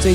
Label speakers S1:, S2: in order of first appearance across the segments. S1: 最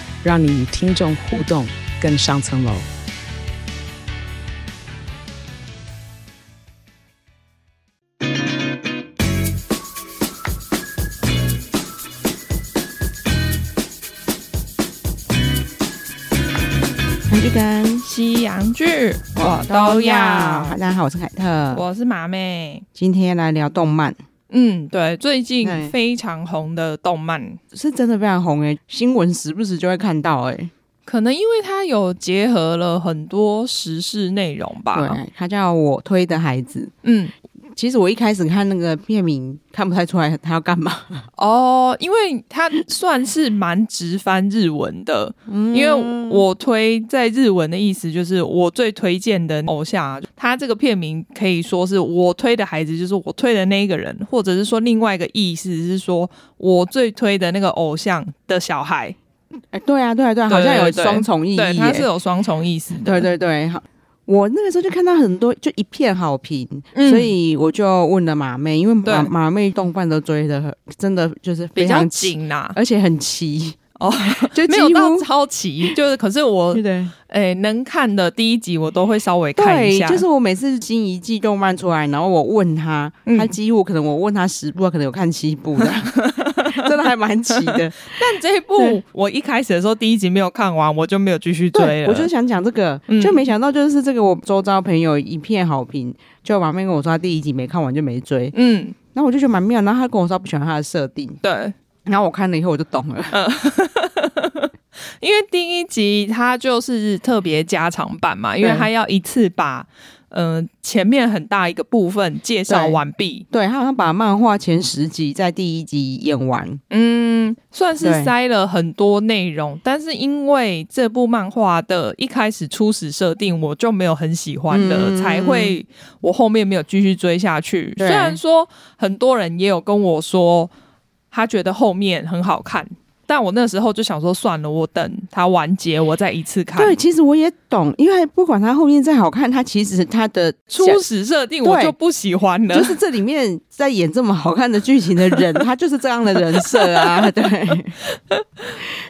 S1: 让你与听众互动更上层楼。
S2: 韩剧跟
S3: 西洋剧我都
S2: 都要。
S3: 要
S2: 大。家好，我是凯特。
S3: 我是马妹。
S2: 今天来聊动漫，
S3: 嗯，对，最
S2: 对
S3: 近非常红的动漫，
S2: 是真的非常红诶、新闻时不时就会看到欸诶、
S3: 可能因为它有结合了很多时事内容吧。
S2: 对，它叫我推的孩子。
S3: 嗯，
S2: 其实我一开始看那个片名，看不太出来他要干嘛。
S3: 哦，因为它算是蛮直翻日文的，因为我推在日文的意思就是我最推荐的偶像，他这个片名可以说是我推的孩子，就是我推的那一个人，或者是说另外一个意思是说我最推的那个偶像的小孩，
S2: 哎、对啊，对啊，对啊，
S3: 对
S2: 好像有
S3: 对对
S2: 双重意义、
S3: 对，它是
S2: 欸。
S3: 有双重意思的，
S2: 对对对，好。我那个时候就看到很多，就一片好评，
S3: 嗯
S2: 所以我就问了马妹，因为马
S3: 对
S2: 马妹动漫都追的真的就是非
S3: 比较
S2: 常齐，
S3: 紧呐、
S2: 而且很齐
S3: 哦，
S2: 就
S3: 没有
S2: 几乎
S3: 到超级，就是可是我
S2: 对对
S3: 诶、能看的第一集我都会稍微看一
S2: 对，
S3: 下，
S2: 就是我每次新一季动漫出来，然后我问他，
S3: 嗯
S2: 他几乎可能我问他十部，他可能有看七部 的，真的还蛮齐的。
S3: 但这一部
S2: 对
S3: 我一开始的时候第一集没有看完，我就没有继续追了。
S2: 我就想讲这个，
S3: 嗯
S2: 就没想到就是这个我周遭朋友一片好评，就马妹跟我说他第一集没看完就没追，
S3: 嗯，
S2: 然后我就觉得蛮妙，然后他跟我说他不喜欢他的设定，
S3: 对，
S2: 然后我看了以后我就懂 了，
S3: 因为第一集它就是特别加长版嘛，因为
S2: 对
S3: 它要一次把嗯、呃前面很大一个部分介绍
S2: 对
S3: 完毕，
S2: 对他好像把漫画前十集在第一集演完，
S3: 嗯，算是
S2: 对
S3: 塞了很多内容。但是因为这部漫画的一开始初始设定我就没有很喜欢的，
S2: 嗯
S3: 才会我后面没有继续追下去。虽
S2: 对
S3: 然说很多人也有跟我说他觉得后面很好看，但我那时候就想说算了，我等它完结我再一次看。
S2: 对，，其实我也懂，因为不管他后面再好看，他其实他的
S3: 初始设定我
S2: 对
S3: 就不喜欢了
S2: 就。是这里面在演这么好看的剧情的 人，他就是这样的人设啊。对，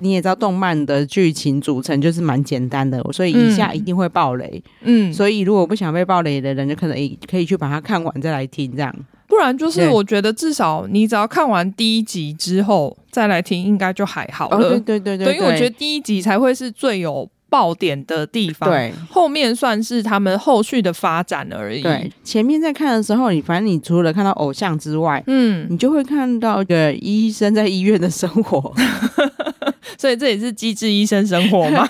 S2: 你也知道动漫的剧情组成就是蛮简单的，所以以下一定会爆雷。
S3: 嗯，
S2: 所以如果不想被爆雷的人，就可能也可以去把它看完再来听，这样
S3: 不然就是
S2: 对
S3: 我觉得至少你只要看完第一集之后再来听，应该就还好了。
S2: 呃对对对
S3: 哦对，
S2: 对，
S3: 因为我觉得第一集才会是最有爆点的地方，，
S2: 对。
S3: 后面算是他们后续的发展而已。
S2: 对，，前面在看的时候，你反正你除了看到偶像之外，
S3: 嗯，
S2: 你就会看到一个医生在医院的生 活。
S3: 所以这也是《机智医生生活》 嘛，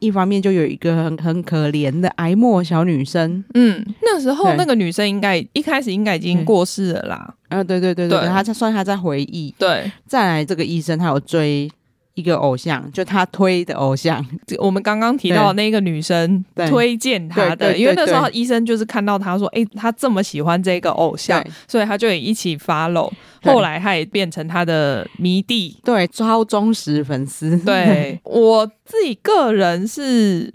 S2: 一方面就有一个很很可怜的癌末小女生，
S3: 嗯，那时候
S2: 对
S3: 那个女生应该一开始应该已经过世了啦，
S2: 啊，对对对对，
S3: 对
S2: 对她在算她在回忆，
S3: 对，
S2: 再来，这个医生他有追一个偶像，就他推的偶像，
S3: 我们刚刚提到的那个女生
S2: 对
S3: 推荐她
S2: 对对
S3: 的，
S2: 对
S3: 因为那时候
S2: 对
S3: 医生就是看到她说，诶，她这么喜欢这个偶像，
S2: 对
S3: 所以她就也一起 follow，
S2: 对
S3: 后来她也变成她的迷弟，
S2: 对，超忠实粉丝。
S3: 对我自己个人是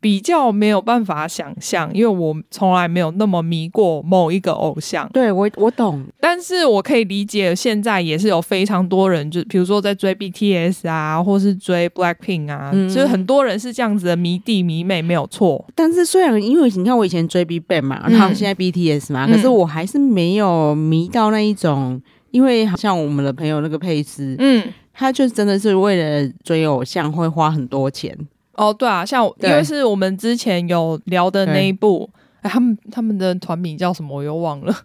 S3: 比较没有办法想象，因为我从来没有那么迷过某一个偶像。
S2: 对我我懂，
S3: 但是我可以理解，现在也是有非常多人，就比如说在追 BTS 啊，或是追 Blackpink 啊，
S2: 嗯
S3: 就是很多人是这样子的迷弟迷妹，没有错。
S2: 但是虽然因为你看我以前追 B Ban 嘛，
S3: 嗯
S2: 然后现在 BTS 嘛，
S3: 嗯
S2: 可是我还是没有迷到那一种，因为好像我们的朋友那个佩斯，
S3: 嗯，
S2: 他就真的是为了追偶像会花很多钱。
S3: 哦，对啊，像我因
S2: 对
S3: 为是我们之前有聊的那一部，哎，他们他们的团名叫什么我又忘了。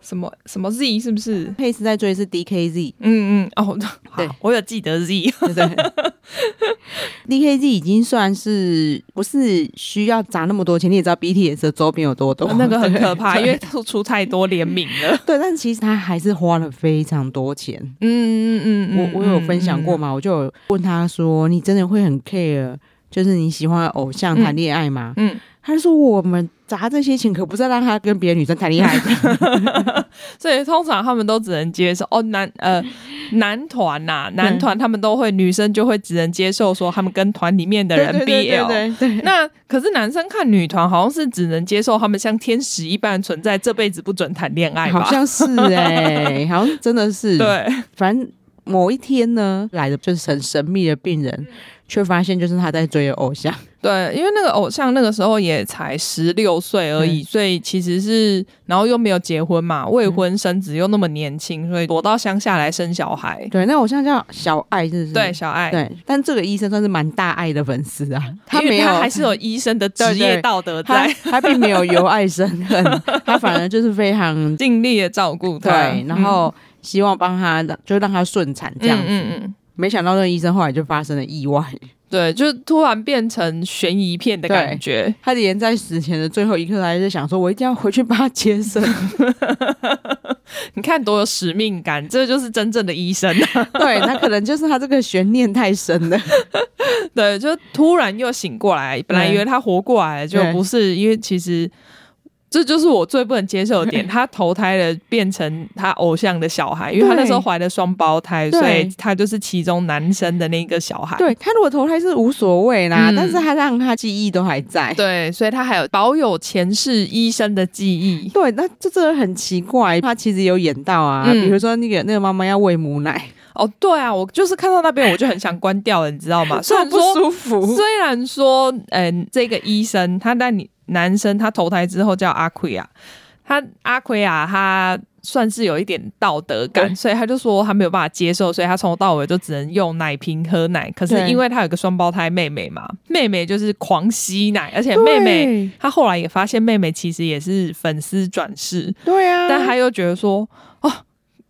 S3: 什么什么 Z 是不是？
S2: 佩斯在追是 DKZ，
S3: 嗯嗯哦，
S2: 对
S3: 好，我有记得 Z，
S2: 对，DKZ 已经算是不是需要砸那么多钱？你也知道 BTS 的周边有多多，
S3: 那 个很可怕，因为出出太多联名了。
S2: 呃对，但其实他还是花了非常多钱。
S3: 嗯
S2: 我我有分享过？嘛，我就有问他说：“嗯你真的会很 care，就是你喜欢的偶像谈恋爱吗？”
S3: 嗯，
S2: 他就说：“我们砸这些钱可不是让他跟别的女生谈恋爱的。
S3: 所以通常他们都只能接受哦，男呃男团呐、
S2: 嗯
S3: 男团他们都会，女生就会只能接受说他们跟团里面 的
S2: 对”对
S3: 人
S2: 对对
S3: BL。
S2: 对对
S3: 那可是男生看女团好像是只能接受他们像天使一般存在，这辈子不准谈恋爱吧？
S2: 好像是哎、好像真的是。，
S3: 对，
S2: 反正某一天呢，来的就是很神秘的病
S3: 嗯
S2: 人，却发现就是他在追的偶像。
S3: 对，因为那个偶像那个时候也才十六岁而已，所以其实是，然后又没有结婚嘛，未婚生子又那么年轻，所以躲到乡下来生小孩。
S2: 对，那偶像叫小爱，是不是？
S3: 对，。小爱，
S2: 对，但这个医生算是蛮大爱的粉丝啊，他
S3: 因为
S2: 没有，
S3: 他还是有医生的职
S2: 对
S3: 业
S2: 对
S3: 道德
S2: 他
S3: 在，
S2: 他并没有由爱生恨， 他反而就是非常
S3: 尽力的照顾他。
S2: 对，然后希望帮他，就让他顺产
S3: 嗯
S2: 这样子。
S3: 嗯嗯嗯，
S2: 没想到那个医生后来就发生了意外，
S3: 对，就是突然变成悬疑片的感觉。
S2: 他连在死前的最后一刻，还是想说，我一定要回去帮他接 生。
S3: 你看多有使命感，这就是真正的医生。
S2: 对，那可能就是他这个悬念太深了。
S3: 对，就突然又醒过来，本来以为他活过来了，就不是，因为其实这就是我最不能接受的点，他投胎了变成他偶像的小孩，因为他那时候怀了双胞胎，
S2: 对
S3: 所以他就是其中男生的那个小孩。
S2: 对他如果投胎是无所谓啦，
S3: 嗯
S2: 但是他让他记忆都还在。
S3: 对，所以他还有保有前世医生的记忆。
S2: 对，那这真的很奇怪。他其实有演到啊，
S3: 嗯
S2: 比如说那个那个妈妈要喂母奶，
S3: 哦，对啊，我就是看到那边我就很想关掉了，你知道吗？虽
S2: 这
S3: 然
S2: 么不
S3: 说
S2: 舒服。
S3: 虽然说，嗯，这个医生他在你男生他投胎之后叫阿奎亚，他阿奎亚他算是有一点道德感，
S2: 对
S3: 所以他就说他没有办法接受，所以他从头到尾就只能用奶瓶喝奶。可是
S2: 对
S3: 因为他有个双胞胎妹妹嘛，妹妹就是狂吸奶，而且妹妹
S2: 对
S3: 她后来也发现妹妹其实也是粉丝转世，
S2: 对啊，
S3: 但他又觉得说，哦。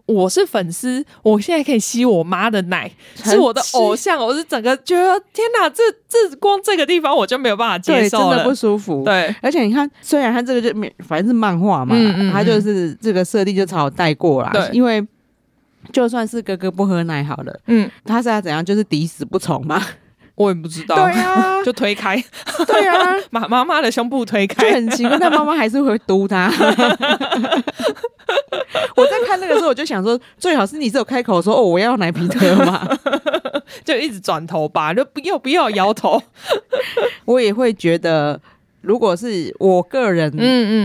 S3: 我是粉丝，我现在可以吸我妈的奶，
S2: 很
S3: 是我的偶像，我是整个觉得天哪，这这光这个地方我就没有办法接
S2: 对真
S3: 受
S2: 的不
S3: 了。
S2: 舒服。
S3: 对
S2: 而且你看，虽然他这个就没，反正是漫画嘛，
S3: 嗯嗯
S2: 他就是这个设定就朝我带过啦。
S3: 对
S2: 因为就算是哥哥不喝奶好了，
S3: 嗯，
S2: 他是要怎样，就是抵死不从嘛。
S3: 我也不知道，
S2: 对啊，
S3: 就推开
S2: 对啊，
S3: 把妈妈的胸部推
S2: 就
S3: 开，
S2: 很奇怪，但妈妈还是会督他。 我在看那个时候，我就想说，最好是你只有开口说“哦，我要奶皮特”嘛，
S3: 就一直转头吧，就不要不要摇 头。
S2: 我也会觉得，如果是我个人
S3: 嗯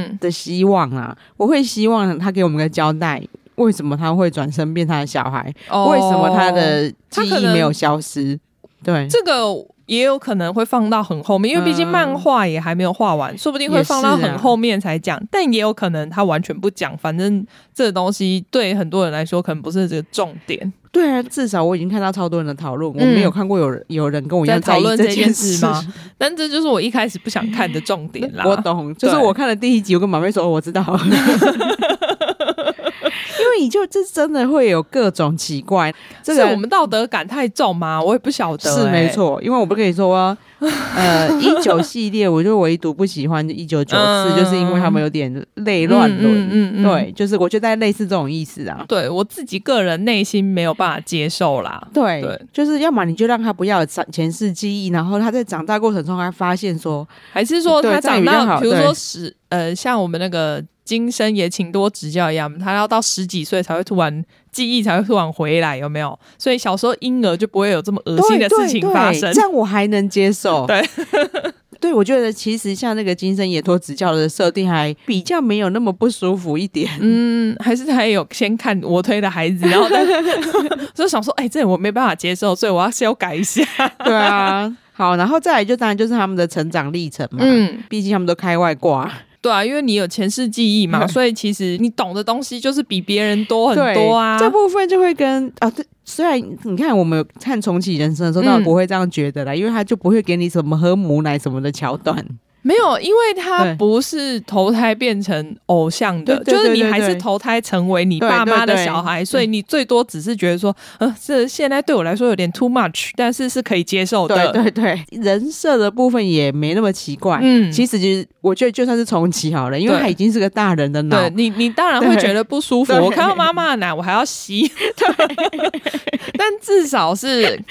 S3: 嗯，
S2: 的希望啊，我会希望他给我们个交代，为什么他会转身变他的小孩，
S3: 哦
S2: 为什么他的
S3: 他
S2: 记
S3: 可
S2: 忆
S3: 能
S2: 没有消失？对，
S3: 这个？也有可能会放到很后面，因为毕竟
S2: 嗯
S3: 漫画也还没有画完，说不定会放到
S2: 也是啊
S3: 很后面才讲。但也有可能他完全不讲，反正这东西对很多人来说可能不是这个重点。
S2: 对啊，至少我已经看到超多人的讨论，
S3: 嗯
S2: 我没有看过有人有人跟我一样
S3: 在讨论
S2: 在意
S3: 这
S2: 件
S3: 件事吗？ 但这就是我一开始不想看的重点啦。
S2: 我懂，就是
S3: 对
S2: 我看了第一集，我跟马妹说，哦我知道。 因为你就这真的会有各种奇怪，这
S3: 是
S2: 个
S3: 我们道德感太重吗？我也不晓得、
S2: 是
S3: 欸
S2: 没，错，因为我不跟你说啊，呃，一九系列我就唯独不喜欢一九九四，
S3: 嗯
S2: 就是因为他们有点类
S3: 嗯
S2: 乱
S3: 嗯
S2: 伦，
S3: 嗯嗯，
S2: 对，就是我觉得大概类似这种意思啊。
S3: 对我自己个人内心没有办法接受啦。
S2: 对，
S3: 对
S2: 就是要么你就让他不要有前前世记忆，然后他在长大过程中，他发现说，
S3: 还是说
S2: 对
S3: 他
S2: 这样
S3: 长
S2: 比较
S3: 到，
S2: 好
S3: 比如
S2: 对
S3: 说十呃，像我们那个今生也请多指教一样，他要到十几岁才会突然记忆才会突然回来，有没有？所以小时候婴儿就不会有这么恶心的
S2: 对对
S3: 事情
S2: 对
S3: 发生
S2: 这。样我还能接受。
S3: 对，
S2: 对，我觉得其实像那个金生也多指教的设定，还比较没有那么不舒服一 点。
S3: 嗯，还是他也有先看我推的孩子，然后但 就想说，哎、这我没办法接受，所以我要修改一下。
S2: 对啊，好，然后再来就当然就是他们的成长历程嘛。嗯，
S3: 嗯，
S2: 毕竟他们都开外挂，
S3: 对啊，因为你有前世记忆嘛，所以其实你懂的东西就是比别人多很多啊
S2: 对。这部分就会跟啊，对，虽然你看我们有看重启人生的时候，
S3: 嗯
S2: 当然不会这样觉得啦，因为他就不会给你什么喝母奶什么的桥段。
S3: 没有，因为他
S2: 对
S3: 不是投胎变成偶像的，
S2: 对对
S3: 就是你
S2: 对对
S3: 还是
S2: 对
S3: 投胎成为你
S2: 对
S3: 爸妈的
S2: 对对
S3: 小孩，所以你最多只是觉得说，呃，这现在对我来说有点 too much，但是是可以接受的。
S2: 对对对，人设的部分也没那么奇怪。
S3: 嗯
S2: 其实就是我觉得就算是重启好了，因为
S3: 对
S2: 他已经是个大人的脑，
S3: 对你，你当然会
S2: 对
S3: 觉得不舒服。
S2: 对
S3: 我看到妈妈的奶，我还 要吸。 但至少是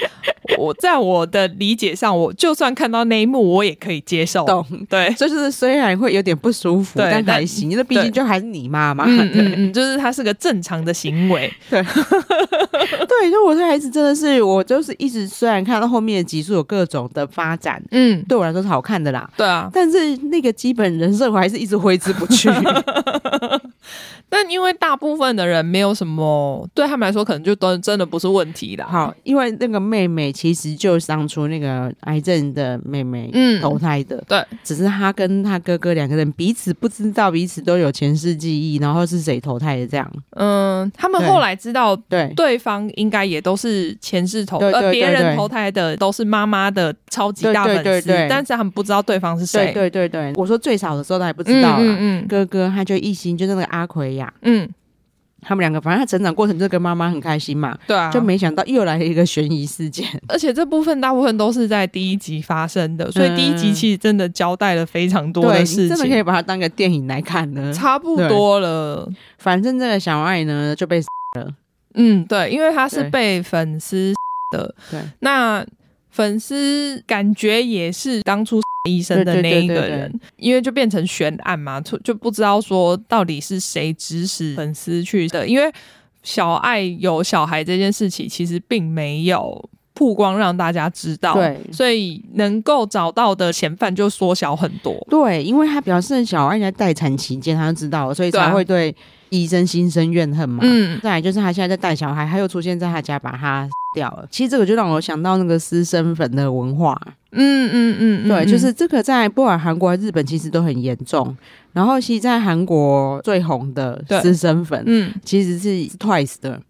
S3: 我在我的理解上，我就算看到那一幕，我也可以接受。
S2: 懂？
S3: 对，
S2: 就是虽然会有点不舒服，
S3: 对
S2: 但
S3: 但
S2: 还行，那毕
S3: 对
S2: 竟就还是你妈妈。
S3: 嗯嗯嗯，就是它是个正常的行为。
S2: 对，就我对孩子真的是，我就是一直虽然看到后面的集数有各种的发展，
S3: 嗯，
S2: 对我来说是好看的啦，
S3: 对啊。
S2: 但是那个基本人设我还是一直挥之不去。
S3: 但因为大部分的人没有什么，对他们来说可能就都真的不是问题啦。
S2: 好，因为那个妹妹其实就是当初那个癌症的妹妹
S3: 嗯
S2: 投胎的，
S3: 对，
S2: 只是她跟她哥哥两个人彼此不知道彼此都有前世记忆，然后是谁投胎的这样。
S3: 嗯，他们
S2: 对
S3: 后来知道
S2: 对，
S3: 对方应该也都是前世投，
S2: 对对
S3: 呃，
S2: 对
S3: 别人
S2: 对
S3: 投胎的都是妈妈的超级大粉丝，
S2: 对对对对
S3: 但是他们不知道对方是谁
S2: 对，对对对，我说最少的时候都还不知道啦。
S3: 嗯嗯
S2: 哥哥他就一心就是那个阿奎呀，
S3: 嗯，嗯
S2: 他们两个反正他成长过程就跟妈妈很开心嘛，
S3: 对啊，
S2: 就没想到又来了一个悬疑事件。
S3: 而且这部分大部分都是在第一集发生的，所以第一集
S2: 嗯
S3: 其实真的交代了非常多
S2: 对，
S3: 的
S2: 你
S3: 事
S2: 真的
S3: 情，
S2: 可以把它当个电影来看呢。
S3: 差不多了。
S2: 反正这个小爱呢就被
S3: 嗯，对，因为他是
S2: 对
S3: 被粉丝的，
S2: 对
S3: 那粉丝感觉也是当初医生的
S2: 对对
S3: 那一个
S2: 对
S3: 人，
S2: 对对
S3: 因为就变成悬案嘛，就就不知道说到底是谁指使粉丝去的，因为小爱有小孩这件事情其实并没有。曝光让大家知道，
S2: 对
S3: 所以能够找到的嫌犯就缩小很多。
S2: 对，因为他表示小爱在待产期间他就知道了，所以
S3: 对啊
S2: 才会对医生心生怨恨嘛。
S3: 嗯，
S2: 再来就是他现在在带小孩，他又出现在他家把他掉了。其实这个就让我想到那个私生粉的文化，
S3: 嗯嗯嗯，嗯
S2: 对，就是这个在不管韩国、日本其实都很严重。然后其实在韩国最红的
S3: 对
S2: 私生粉
S3: 嗯
S2: 其实是 Twice 的，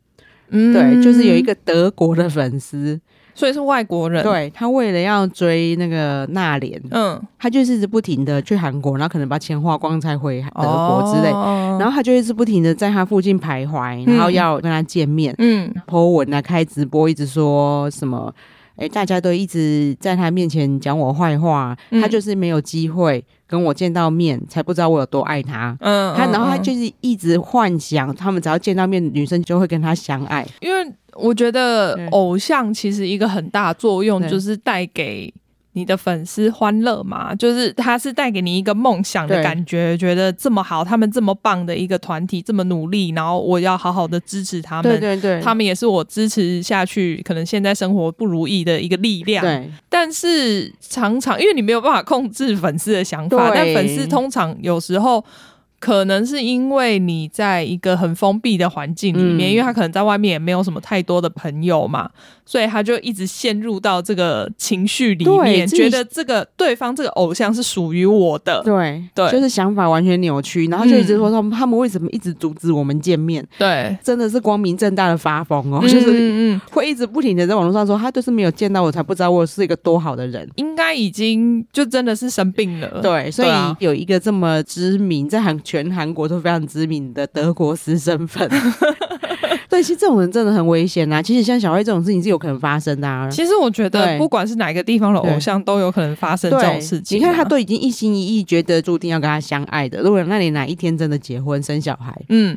S3: 嗯，
S2: 对，就是有一，个德国的粉丝，
S3: 所以是外国人，，
S2: 对他为了要追那个娜莲，
S3: 嗯，
S2: 他就是一直不停的去韩国，然后可能把钱花光才回德国之类。
S3: 哦
S2: 然后他就一直不停的在他附近徘徊，然后要跟他见面、
S3: 嗯
S2: po 文啊，开直播，一直说什么，哎，大家都一直在他面前讲我坏话，
S3: 嗯
S2: 他就是没有机会跟我见到面，才不知道我有多爱他。
S3: 嗯，
S2: 他然后他
S3: 嗯嗯
S2: 就是一直幻想，他们只要见到面，女生就会跟他相爱。
S3: 因为我觉得
S2: 对
S3: 偶像其实一个很大作用
S2: 对
S3: 就是带给。你的粉丝欢乐嘛，就是他是带给你一个梦想的
S2: 对
S3: 感觉，觉得这么好，他们这么棒的一个团体，这么努力，然后我要好好的支持他们，
S2: 对对对，
S3: 他们也是我支持下去，可能现在生活不如意的一个力量。
S2: 对
S3: 但是常常因为你没有办法控制粉丝的想法，但
S2: 对
S3: 粉丝通常有时候。可能是因为你在一个很封闭的环境里面，
S2: 嗯
S3: 因为他可能在外面也没有什么太多的朋友嘛，所以他就一直陷入到这个情绪里
S2: 对
S3: 面，
S2: 自己
S3: 觉得这个对方这个偶像是属于我的，
S2: 对
S3: 对嗯
S2: 就是想法完全扭曲，然后就一直说他们、他们为什么一直阻止我们见面，
S3: 对，
S2: 真的是光明正大的发疯哦，
S3: 嗯
S2: 就是
S3: 嗯嗯，
S2: 会一直不停的在网络上说他就是没有见到我才不知道我是一个多好的人。
S3: 应该已经就真的是生病了，
S2: 对，所以
S3: 对啊
S2: 有一个这么知名，在韩全韩国都非常知名的德国私生 粉，对，其实这种人真的很危险呐、啊其实像小慧这种事情是有可能发生的啊。
S3: 其实我觉得
S2: 对
S3: 不管是哪一个地方的偶
S2: 对
S3: 像，都有可能发生这种
S2: 对
S3: 事，情啊、
S2: 你看他都已经一心一意，觉得注定要跟他相爱的。如果那你哪一天真的结婚生小孩，
S3: 嗯。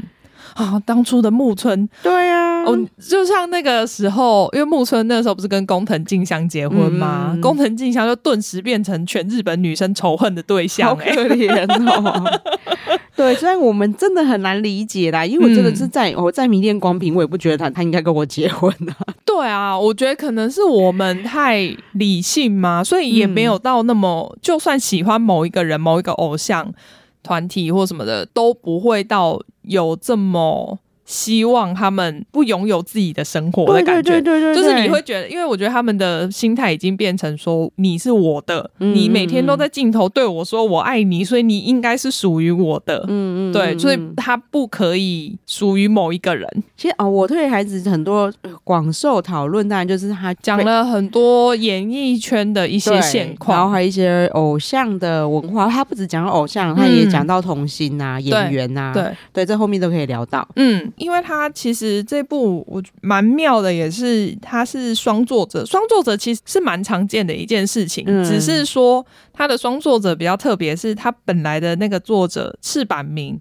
S3: 啊、当初的木村，
S2: 对啊
S3: 哦，就像那个时候，因为木村那时候不是跟工藤静香结婚吗？
S2: 嗯
S3: 工藤静香就顿时变成全日本女生仇恨的对象、
S2: 好
S3: 欸，
S2: 可怜哦。 对，虽然我们真的很难理解啦，因为我真的
S3: 嗯
S2: 是在、我在迷恋光平，我也不觉得他他应该跟我结婚 啊。
S3: 对啊，我觉得可能是我们太理性嘛，所以也
S2: 嗯
S3: 没有到那么，就算喜欢某一个人、某一个偶像团体或什么的，都不会到有这么希望他们不拥有自己的生活的
S2: 对
S3: 感
S2: 对
S3: 觉。
S2: 对对对，
S3: 就是你
S2: 对
S3: 会觉得，因为我觉得他们的心态已经变成说你是我的，
S2: 嗯
S3: 你每天都在镜头对我说我爱你，所以你应该是属于我的。
S2: 嗯嗯，
S3: 对，
S2: 嗯
S3: 所以
S2: 嗯
S3: 他不可以属于某一个人。
S2: 其实啊、哦我对孩子很多呃广受讨论，当然就是他
S3: 讲
S2: 被
S3: 了很多演艺圈的一些
S2: 对
S3: 现
S2: 然后
S3: 况，
S2: 还有一些偶像的文化。他不只讲到偶像，他也
S3: 嗯
S2: 讲到童星啊、演员啊，
S3: 对，
S2: 对，这后面都可以聊到。
S3: 嗯，因为他其实这部我觉得蛮妙的，也是他是双作者，双作者其实是蛮常见的一件事情，
S2: 嗯
S3: 只是说他的双作者比较特别，是他本来的那个作者赤坂明。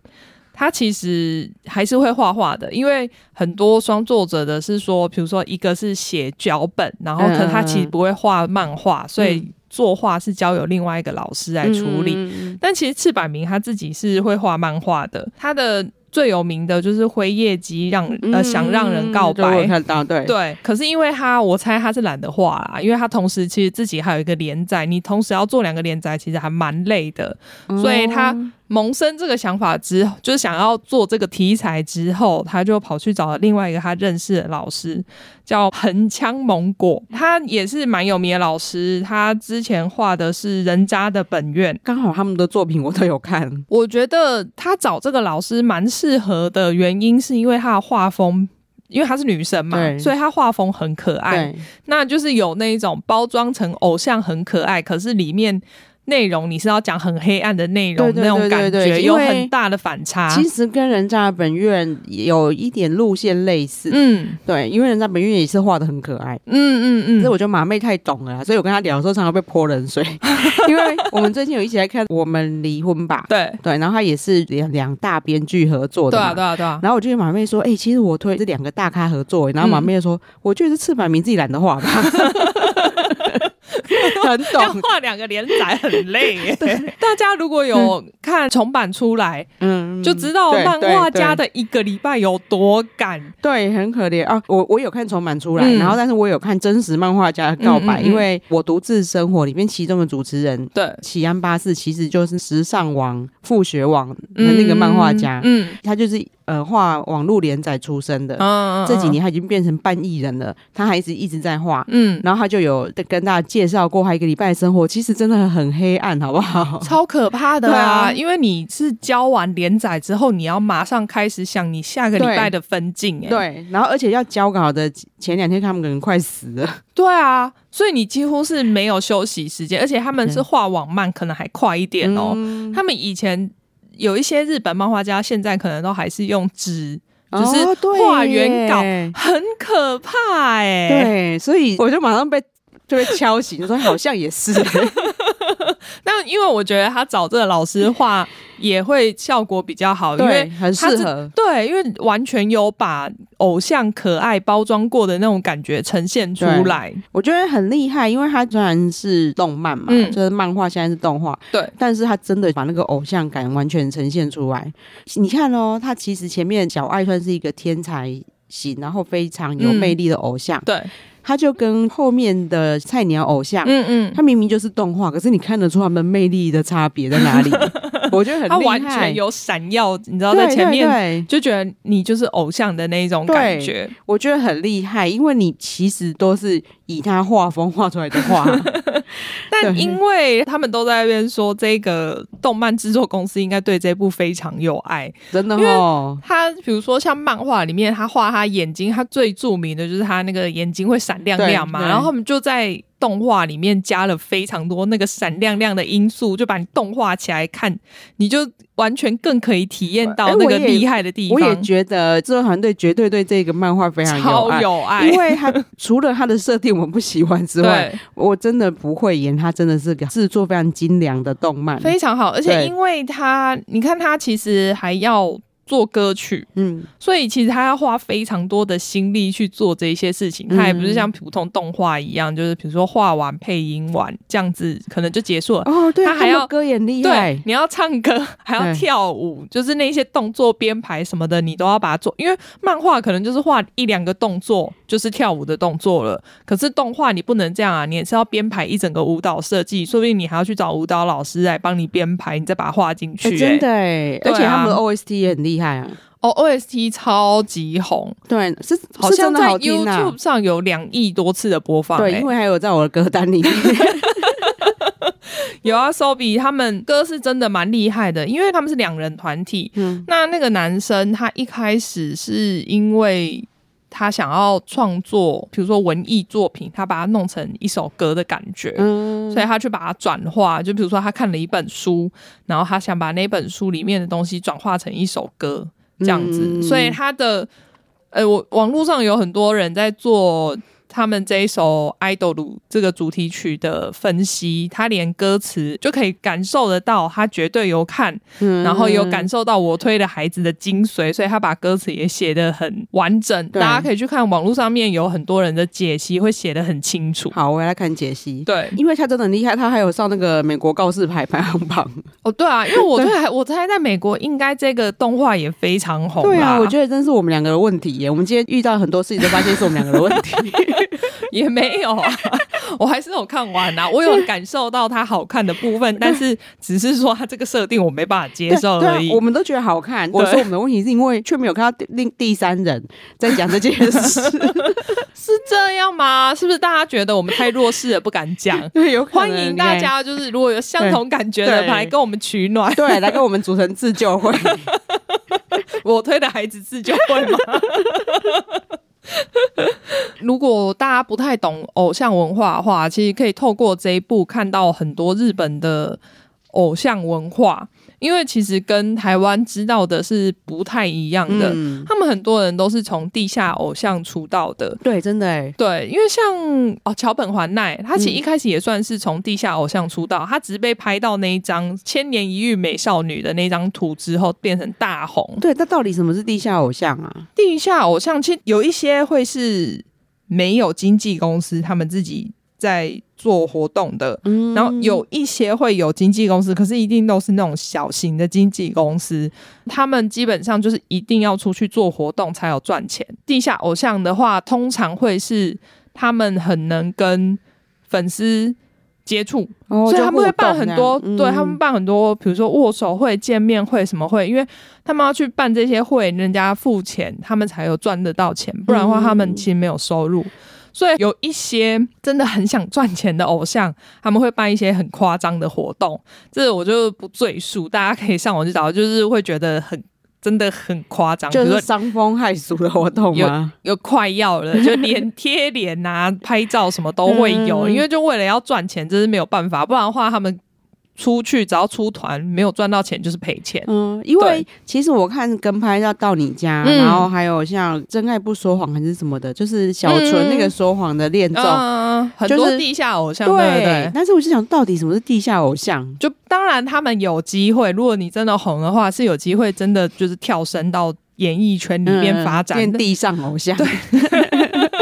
S3: 他其实还是会画画的，因为很多双作者的是说，比如说一个是写脚本，然后可他其
S2: 嗯
S3: 实不会画漫画，所以作画是交由另外一个老师来处理。
S2: 嗯，嗯嗯
S3: 但其实赤坂明他自己是会画漫画的，他的最有名的就是《辉夜姬》让，
S2: 嗯
S3: 呃想让人告
S2: 这我有
S3: 白。
S2: 看到对，
S3: 对，可是因为他，我猜他是懒得画啦，因为他同时其实自己还有一个连载，你同时要做两个连载，其实还蛮累的。
S2: 嗯
S3: 所以他萌生这个想法之后，就是想要做这个题材之后，他就跑去找了另外一个他认识的老师，叫横枪蒙果，他也是蛮有名的老师，他之前画的是人渣的本愿，
S2: 刚好他们的作品我都有看，
S3: 我觉得他找这个老师蛮适合的原因，是因为他的画风，因为她是女生嘛，
S2: 对
S3: 所以她画风很可爱。
S2: 对，
S3: 那就是有那一种包装成偶像很可爱，可是里面内容你是要讲很黑暗的内容
S2: 对对
S3: 那种感
S2: 对对
S3: 觉，
S2: 对
S3: 有
S2: 因为
S3: 很大的反差。
S2: 其实跟人家的本院有一点路线类似，
S3: 嗯
S2: 对，因为人家本院也是画的很可爱。
S3: 嗯嗯
S2: 可是
S3: 嗯，
S2: 我觉得马妹太懂了啦，所以我跟她聊的时候常常被泼冷 水，因为我们最近有一起来看《我们离婚吧》，
S3: 对
S2: 对，然后她也是两两大编剧合作的
S3: 对
S2: 嘛，
S3: 啊对啊对啊，
S2: 然后我就跟马妹说：“哎、其实我推这两个大咖合作。”欸
S3: 嗯
S2: 然后马妹就说：“我觉得是赤坂明自己懒得 画吧， 很
S3: 要
S2: 懂。
S3: 画两个连载很 累耶。大家如果有看重版出来，”
S2: 嗯，
S3: 就知道
S2: 对
S3: 漫
S2: 对
S3: 画
S2: 对
S3: 家的一个礼拜有多赶。
S2: 对，很可怜啊！我我有看重版出来，
S3: 嗯
S2: 然后但是我有看真实漫画家的告白，
S3: 嗯嗯嗯
S2: 因为我独自生活里面其中的主持人
S3: 对，
S2: 齐安八世其实就是时尚王复学王的那个漫画家，
S3: 嗯
S2: 他就是呃画网络连载出身的。
S3: 嗯
S2: 这几，年他已经变成半艺人了，他还一直一直在画，
S3: 嗯，
S2: 然后他就有跟大家介绍过他一个礼拜的生活，其实真的很黑暗，好不好？
S3: 超可怕的
S2: 对
S3: 哦啊！
S2: 啊
S3: 因为你是交完连载之后，你要马上开始想你下个礼拜
S2: 对
S3: 的分镜、哎，
S2: 对，然后而且要交稿的前两天，他们可能快死了。
S3: 对啊，所以你几乎是没有休息时间，而且他们是画网漫，可能还快一点哦。
S2: 嗯
S3: 他们以前有一些日本漫画家，现在可能都还是用纸，就是
S2: 哦对
S3: 画原稿
S2: 耶
S3: 很可怕哎、
S2: 对，所以 我就马上被就被敲 醒，说好像也是。
S3: 那因为我觉得他找这个老师画也会效果比较好，因为
S2: 对很
S3: 他
S2: 适
S3: 是
S2: 合
S3: 对，因为完全有把偶像可爱包装过的那种感觉呈现出来。
S2: 我觉得很厉害，因为他虽然是动漫嘛，
S3: 嗯
S2: 就是漫画现在是动画，
S3: 对，
S2: 但是他真的把那个偶像感完全呈现出来。你看哦，他其实前面小爱算是一个天才型，然后非常有
S3: 嗯
S2: 魅力的偶像，
S3: 对，
S2: 他就跟后面的菜鸟偶像。
S3: 嗯嗯，
S2: 他明明就是动画，可是你看得出他们魅力的差别在 哪里？我觉得很
S3: 他
S2: 厉害，
S3: 完全有闪耀，你知道
S2: 对
S3: 在前面。
S2: 对对
S3: 就觉得你就是偶像的那一种感觉，
S2: 我觉得很厉害，因为你其实都是以他画风画出来的画，
S3: 但
S2: 对
S3: 因为他们都在那边说这个动漫制作公司应该对这部非常有爱。
S2: 真的哦。
S3: 他比如说像漫画里面，他画他眼睛，他最著名的就是他那个眼睛会闪亮亮嘛，
S2: 对对
S3: 然后他们就在动画里面加了非常多那个闪亮亮的因素，就把你动画起来看，你就完全更可以体验到
S2: 哎
S3: 那
S2: 我
S3: 个
S2: 也
S3: 厉害的地
S2: 我
S3: 方，
S2: 也觉得制作团队绝对对这个漫画非常有
S3: 超
S2: 爱。
S3: 有爱，
S2: 因为他除了他的设定我们不喜欢之外，
S3: 对
S2: 我真的不会演，他真的是个制作非常精良的动漫。
S3: 非常好，而且
S2: 对
S3: 因为他，你看他其实还要做歌曲，
S2: 嗯，
S3: 所以其实他要花非常多的心力去做这些事情，
S2: 嗯
S3: 他也不是像普通动画一样，就是比如说画完配音完这样子，可能就结束了。
S2: 哦，对，
S3: 他还要
S2: 们歌演厉害哎
S3: 对，，你要唱歌，还要
S2: 对
S3: 跳舞，就是那些动作编排什么的，你都要把它做。因为漫画可能就是画一两个动作，就是跳舞的动作了。可是动画你不能这样啊，你也是要编排一整个舞蹈设计，说不定你还要去找舞蹈老师来帮你编排，你再把它画进去、
S2: 哎真的哎，
S3: 对啊
S2: 而且他们的 OST 也很厉害啊。
S3: 哦哦，OST 超级红，
S2: 对，是
S3: 好
S2: 是
S3: 像
S2: 真的
S3: 在
S2: 好听啊
S3: YouTube 上有两亿多次的播放、欸。
S2: 对，因为还有在我的歌单里面，
S3: 有啊，Sobi 他们歌是真的蛮厉害的，因为他们是两人团体。
S2: 嗯
S3: 那那个男生他一开始是因为他想要创作，比如说文艺作品，他把它弄成一首歌的感觉。
S2: 嗯，
S3: 所以他去把它转化，就比如说他看了一本书，然后他想把那本书里面的东西转化成一首歌这样子，
S2: 嗯
S3: 所以他的呃，我网络上有很多人在做他们这一首《idol》这个主题曲的分析，他连歌词就可以感受得到，他绝对有看，
S2: 嗯
S3: 然后有感受到我推的孩子的精髓，所以他把歌词也写得很完整，
S2: 对
S3: 大家可以去看网络上面有很多人的解析会写得很清楚，
S2: 好，我要来看解析。
S3: 对。
S2: 因为他真的很厉害，他还有上那个美国告示牌排行 榜。
S3: 哦，对啊，因为我猜，我猜在美国应该这个动画也非常红啦。
S2: 对啊，我觉得真是我们两个的问题耶。我们今天遇到很多事情，都发现是我们两个的问 题。
S3: 也没有啊， 我还是有看完啊，我有感受到它好看的部分，但是只是说它这个设定我没办法接受
S2: 对啊
S3: 而已
S2: 我。们都觉得好看。我
S3: 对
S2: 说我们的问题是因为却没有看到第另第三人在讲这件 事。？
S3: 是这样吗？是不是大家觉得我们太弱势了，不敢讲
S2: 对，有 可
S3: 欢
S2: 能
S3: 迎大。家，就是如果有相同感觉的
S2: 对，
S3: 来跟我们取暖
S2: 你。看 对，来跟我们组成自救 会。
S3: 我推的孩子自救会吗？ 如果大家不太懂偶像文化的话，其实可以透过这一部看到很多日本的偶像文化，因为其实跟台湾知道的是不太一样的。
S2: 嗯，
S3: 他们很多人都是从地下偶像出道的，
S2: 对，真的哎。
S3: 对，因为像哦桥本环奈，她其实一开始也算是从地下偶像出道，她只是被拍到那一张千年一遇美少女的那张图之后变成大红。
S2: 对，那到底什么是地下偶像啊？
S3: 地下偶像其实有一些会是没有经纪公司，他们自己在做活动的。
S2: 嗯
S3: 然后有一些会有经纪公司，可是一定都是那种小型的经纪公司，他们基本上就是一定要出去做活动才有赚钱。地下偶像的话，通常会是他们很能跟粉丝接触，
S2: 哦，
S3: 所以
S2: 就
S3: 他们
S2: 互
S3: 会
S2: 动
S3: 办很多，
S2: 这样
S3: 对
S2: 嗯
S3: 他们办很多，比如说握手会、见面会什么会，因为他们要去办这些会，人家付钱，他们才有赚得到钱，不然的话
S2: 嗯
S3: 他们其实没有收入。所以有一些真的很想赚钱的偶像，他们会办一些很夸张的活动，这我就不赘述，大家可以上网去找，就是会觉得很真的很夸张，
S2: 就
S3: 比如
S2: 是
S3: 说
S2: 伤风害俗的活动啊吗？
S3: 有快要了，就连贴脸啊、拍照什么都会有，
S2: 嗯
S3: 因为就为了要赚钱，这是没有办法，不然的话他们出去只要出团没有赚到钱就是赔钱。
S2: 嗯，因为其实我看跟拍要到你家，
S3: 嗯
S2: 然后还有像《真爱不说谎》还是什么的，就是小
S3: 嗯
S2: 纯那个说谎的恋综，
S3: 嗯，很
S2: 就
S3: 多
S2: 是
S3: 地下偶像，对不对？
S2: 但是我就想到底什么是地下偶像？
S3: 就当然他们有机会，如果你真的红的话，是有机会真的就是跳升到演艺圈里面发
S2: 嗯
S3: 展
S2: 变
S3: 的。
S2: 地上偶像，对，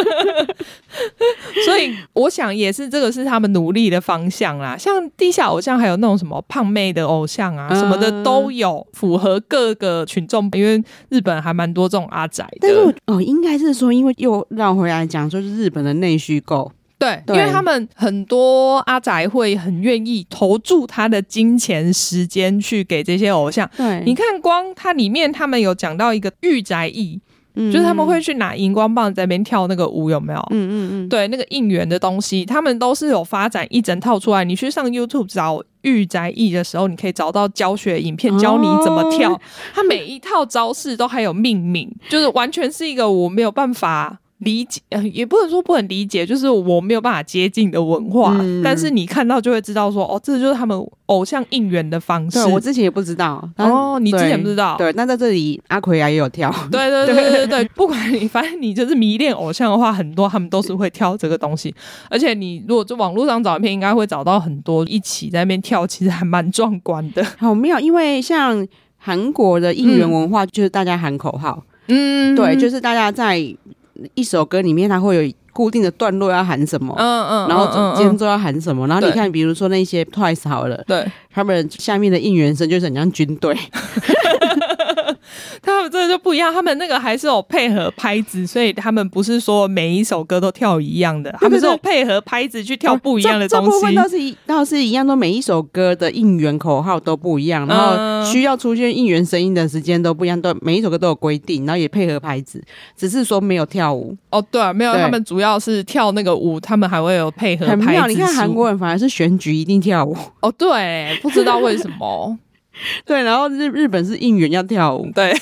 S3: 所以我想也是这个是他们努力的方向啦。像地下偶像，还有那种什么胖妹的偶像啊、
S2: 嗯
S3: 什么的都有，符合各个群众。因为日本还蛮多这种阿宅
S2: 但是我
S3: 的，
S2: 哦，应该是说，因为又绕回来讲，就是日本的内需购，
S3: 对，
S2: 对
S3: 因为他们很多阿宅会很愿意投注他的金钱、时间去给这些偶像。
S2: 对
S3: 你看，光它里面他们有讲到一个御宅艺，
S2: 嗯
S3: 就是他们会，去拿荧光棒在那边跳那个舞，有没有？
S2: 嗯嗯嗯，
S3: 对那个应援的东西，他们都是有发展一整套出来。你去上 YouTube 找御宅艺的时候，你可以找到教学影片，
S2: 哦
S3: 教你怎么跳。它每一套招式都还有命名，就是完全是一个我没有办法。理解、呃也不能说不能理解，就是我没有办法接近的文化，
S2: 嗯
S3: 但是你看到就会知道说，哦，这就是他们偶像应援的方式。
S2: 对我之前也不知道，但
S3: 哦，你之前不知道，
S2: 对，那在这里阿奎亚也有跳，
S3: 对对对对对对，不管你，反正你就是迷恋偶像的话，很多他们都是会挑这个东西。而且你如果就网络上找影片，应该会找到很多一起在那边跳，其实还蛮壮观的。
S2: 好妙，因为像韩国的应援文化就是大家喊口号，
S3: 嗯
S2: 对，就是是大家在一首歌里面，它会有固定的段落要喊什么，
S3: 嗯嗯，
S2: 然后
S3: 嗯
S2: 间
S3: 嗯
S2: 奏要喊什么，然后你
S3: 对
S2: 看，比如说那些 Twice 好了，
S3: 对，
S2: 他们下面的应援声就是很像军队，
S3: 他们这就不一样，他们那个还是有配合拍子，所以他们不是说每一首歌都跳一样的，他们是有配合拍子去 跳不一样的
S2: 哦 这
S3: 东
S2: 这部分
S3: 西。
S2: 倒是一倒是一样，都每一首歌的应援口号都不一样，然
S3: 嗯
S2: 后需要出现应援声音的时间都不一样，都每一首歌都有规定，然后也配合拍子，只是说没有跳舞，
S3: 哦，对、啊，没有，
S2: 对
S3: 他们主要是跳那个舞，他们还会有配合
S2: 很
S3: 拍
S2: 妙。
S3: 子
S2: 你看
S3: 数
S2: 韩国人反而是选举一定跳舞，
S3: 哦，对，不知道为什么。
S2: 对，然后日日本是应援要跳舞，
S3: 对，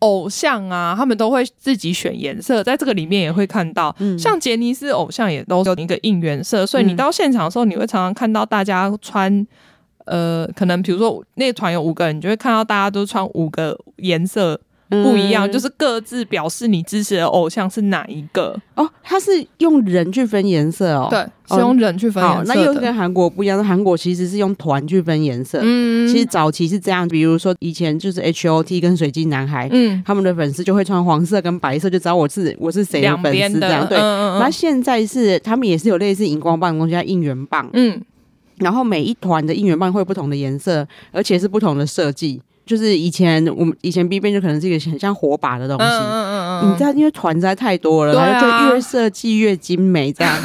S3: 偶像啊，他们都会自己选颜色，在这个里面也会看到，像杰尼斯偶像也都有一个应援色，所以你
S2: 嗯
S3: 到现场的时候，你会常常看到大家穿。呃，可能比如说那个团有五个人，你就会看到大家都穿五个颜色不一样，
S2: 嗯
S3: 就是各自表示你支持的偶像是哪一个。
S2: 哦，它是用人去分颜色哦，
S3: 对，是用人去分
S2: 好，
S3: 颜
S2: 那又
S3: 色
S2: 是
S3: 的。
S2: 跟韩国不一样，韩国其实是用团去分颜色，
S3: 嗯
S2: 其实早期是这样，比如说以前就是 H O T 跟水晶男孩，
S3: 嗯，
S2: 他们的粉丝就会穿黄色跟白色，就知道我是我是谁的
S3: 两
S2: 粉
S3: 边
S2: 丝这样。
S3: 的，
S2: 对，
S3: 嗯
S2: 那、
S3: 嗯
S2: 现在是他们也是有类似荧光棒的东西，叫应援棒，
S3: 嗯，
S2: 然后每一团的应援棒会有不同的颜色，而且是不同的设计。就是以前我们以前 B 边就可能是一个很像火把的东
S3: 嗯嗯
S2: 西。
S3: 嗯嗯，
S2: 你知道，因为团实在太多了，
S3: 对啊
S2: 然后就越设计越精美 这样。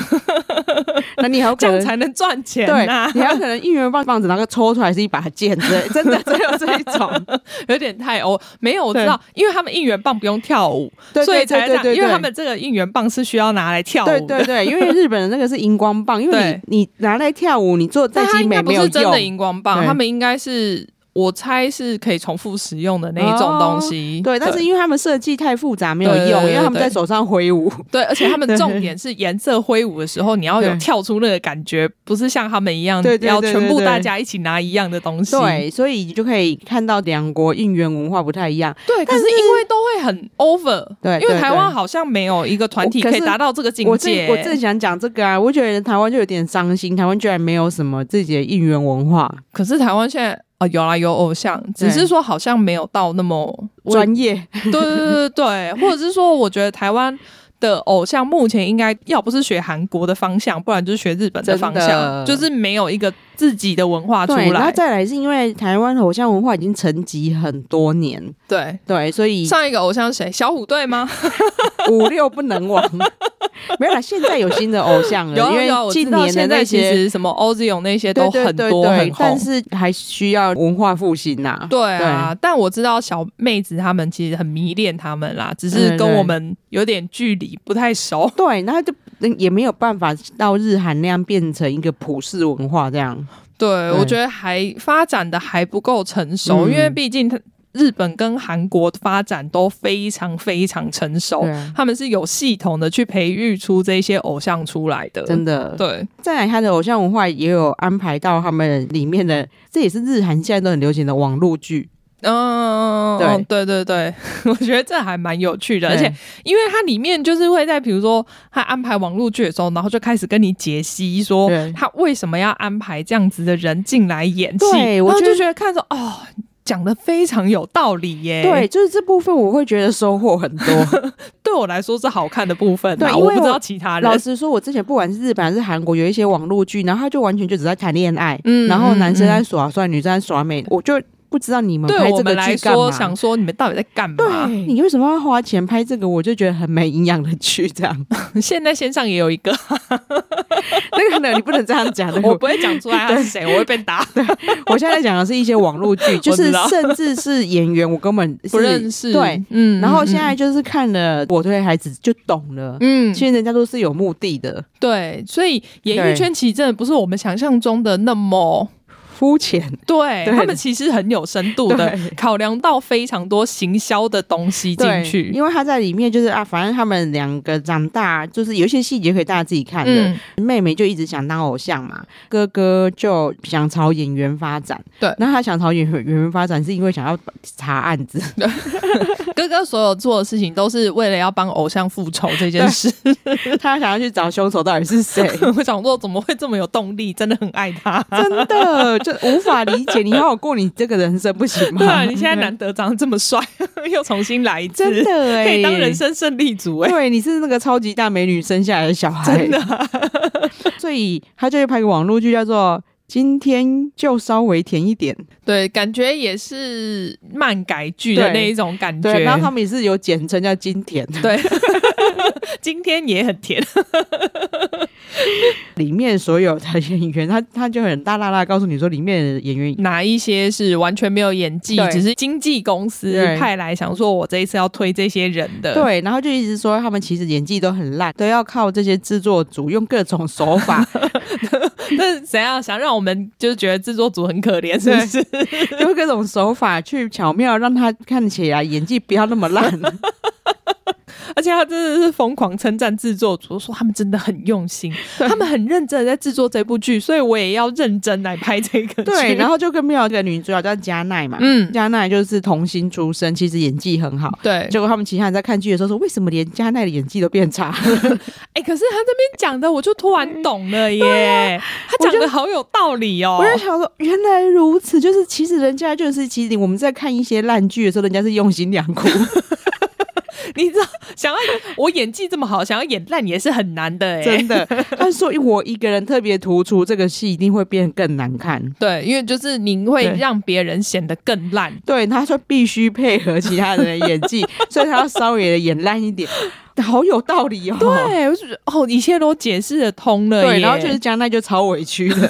S2: 那你还有
S3: 这
S2: 可
S3: 样
S2: 能
S3: 才能赚钱啊
S2: 对
S3: 呐，，
S2: 你还有可能应援棒棒子，然后抽出来是一把剑之 类，真的只有这一种。
S3: 有点太欧，没有我知道，因为他们应援棒不用跳舞，
S2: 对
S3: 所以
S2: 对
S3: 才这
S2: 对
S3: 样。
S2: 对对
S3: 因为他们这个应援棒是需要拿来跳舞
S2: 对
S3: 的，
S2: 对对，因为日本的那个是荧光棒，因为你你拿来跳舞，你做再
S3: 但它
S2: 精
S3: 应
S2: 美
S3: 该不
S2: 没有
S3: 是真的
S2: 用。
S3: 荧光棒，
S2: 对
S3: 他们应该是我猜是可以重复使用的那一种东西。
S2: 哦对，但是因为他们设计太复杂，没有
S3: 对对
S2: 用，
S3: 对
S2: 因为他们
S3: 对
S2: 在手上挥舞。
S3: 对，而且他们
S2: 对
S3: 重点是颜色挥舞的时候，你要有
S2: 对
S3: 跳出那个感觉，不是像他们一样
S2: 对对对
S3: 要全部
S2: 对对
S3: 大家一起拿一样的东西。
S2: 对，所以你就可以看到两国应援文化不太一样。
S3: 对，可是因为都会很 over，
S2: 对
S3: 因为
S2: 对
S3: 台湾
S2: 对
S3: 好像没有一个团体
S2: 我可
S3: 可
S2: 是
S3: 以达到这个境
S2: 我正
S3: 界。
S2: 我正想讲这个啊，我觉得台湾就有点伤心，台湾居然没有什么自己的应援文化，
S3: 可是台湾现在啊、有啦有偶像，只是说好像没有到那么
S2: 专业
S3: 对对对对对，或者是说，我觉得台湾的偶像目前应该要不是学韩国的方向，不然就是学日本的方
S2: 真
S3: 向，
S2: 的
S3: 就是没有一个自己的文化 出
S2: 对，然后
S3: 来。
S2: 再来是因为台湾偶像文化已经沉寂很多年，
S3: 对，
S2: 对，所以
S3: 上一个偶像谁？小虎队吗？
S2: 五六不能亡。 没有啦，现在有新的偶像了，
S3: 有啊
S2: 嗯因
S3: 有啊，
S2: 为
S3: 我
S2: 近
S3: 知道
S2: 年的
S3: 现
S2: 那
S3: 在其
S2: 些
S3: 实什么 OZO 那些
S2: 对
S3: 都
S2: 对
S3: 很
S2: 对
S3: 多
S2: 对
S3: 很红
S2: 但。是还需要文化复兴呐、
S3: 对啊，但我知道小妹子她们其实很迷恋她们啦，只是
S2: 嗯
S3: 跟
S2: 对
S3: 我们有点距离，不太熟。
S2: 对，那就嗯也没有办法到日韩那样变成一个普世文化这样。
S3: 对，我
S2: 对
S3: 觉得还发展的还不够成熟，
S2: 嗯
S3: 因为毕竟它日本跟韩国发展都非常非常成熟
S2: 对，啊
S3: 他们是有系统的去培育出这些偶像出来的。
S2: 真的，
S3: 对，
S2: 再来他的偶像文化也有安排到他们里面的，这也是日韩现在都很流行的网络剧。
S3: 嗯，
S2: 对
S3: 哦对对对， 我觉得这还蛮有趣的，而且
S2: 对
S3: 因为它里面就是会在比如说他安排网络剧的时候，然后就开始跟你解析说
S2: 对
S3: 他为什么要安排这样子的人进来演戏，
S2: 对
S3: 然
S2: 我
S3: 后
S2: 觉
S3: 就
S2: 得
S3: 觉得看着哦，讲的非常有道理耶。
S2: 对，就是这部分我会觉得收获很 多。
S3: 对我来说是好看的部分啊，
S2: 对因为
S3: 我不知
S2: 我
S3: 道其他
S2: 老
S3: 人。
S2: 实说，我之前不管是日本还是韩国，有一些网络剧，然后他就完全就只在谈恋爱，
S3: 嗯
S2: 然后男生
S3: 嗯
S2: 在
S3: 嗯
S2: 耍帅，女生在耍美，我就不知道你们拍
S3: 对我
S2: 这
S3: 们
S2: 个
S3: 来
S2: 剧干
S3: 说，哎
S2: 嘛。
S3: 想说你们到底在干嘛？
S2: 对你为什么要花钱拍这个？我就觉得很没营养的剧，这 样。
S3: 现在线上也有一个，
S2: 那个呢，你不能这样讲的。
S3: 我不会讲出来他是谁，我会被 打。
S2: 我现在讲的是一些网络剧，就
S3: 我知
S2: 是
S3: 道
S2: 甚至是演员，我根本是
S3: 不认识，
S2: 对，，
S3: 嗯
S2: 然后现在，就是看了《我推孩子》就懂了，
S3: 嗯，嗯
S2: 其实人家都是有目的的，
S3: 对，所以演艺
S2: 对
S3: 圈其实真的不是我们想象中的那么，
S2: 肤浅。
S3: 对
S2: 对
S3: 他们其实很有深度的，
S2: 对
S3: 考量到非常多行销的东西进
S2: 对，
S3: 去。
S2: 因为他在里面就是啊，反正他们两个长大，就是有一些细节可以大家自己看的。
S3: 嗯，
S2: 妹妹就一直想当偶像嘛，哥哥就想朝演员发展。
S3: 对
S2: 那他想朝演员演员发展，是因为想要查案子。
S3: 哥哥所有做的事情都是为了要帮偶像复仇这件
S2: 对
S3: 事。
S2: 他想要去找凶手到底是 谁。
S3: 我想说，怎么会这么有动力？真的很爱他。
S2: 真的就无法理解，你好好过你这个人生不行吗？
S3: 对啊，你现在难得长得这么帅， 又重新来一次，
S2: 真的哎、
S3: 可以当人生胜利组哎、
S2: 对，你是那个超 级大美女生下来的小孩，真的、所以他就会拍个网络剧叫做《今天就稍微甜一点。
S3: 对，感觉也是漫改剧的
S2: 对
S3: 那一种感觉。
S2: 对，然后他们也是有简称叫金田，
S3: 对今天也很甜，
S2: 里面所有的演员，他他就很大大大地告诉你说，里面的演员
S3: 哪一些是完全没有演技，
S2: 对
S3: 只是经纪公司
S2: 对
S3: 派来想说我这一次要推这些人的。
S2: 对，然后就一直说他们其实演技都很烂，都要靠这些制作组用各种手法，
S3: 但是怎样想让我们就是觉得制作组很可怜，是不是？
S2: 用各种手法去巧妙让他看起来演技不要那么烂。
S3: 而且他真的是疯狂称赞制作组，说他们真的很用心，他们很认真的在制作这部剧，所以我也要认真来拍这个剧。
S2: 对，然后就跟妙这个女主角叫加奈嘛，
S3: 嗯，
S2: 加奈就是童星出身，其实演技很好。
S3: 对，
S2: 结果他们其他人在看剧的时候说，为什么连加奈的演技都变差？
S3: 哎、可是他这边讲的，我就突然懂了耶，他讲的好有道理哦
S2: 我。就想说，原来如此，就是其实人家就是，其实我们在看一些烂剧的时候，人家是用心良 苦。
S3: 你知道，想要我演技这么好，想要演烂也是很难的哎
S2: 真。的，他说我一个人特别突出，这个戏一定会变得更难看。
S3: 对，因为就是您会
S2: 对
S3: 让别人显得更烂。
S2: 对，他说必须配合其他人的演 技，所以他要稍微的演烂一点，好有道理哦。
S3: 对，我就觉得哦，一切都解释得通了
S2: 对，
S3: 耶
S2: 然后就是江奈就超委屈的，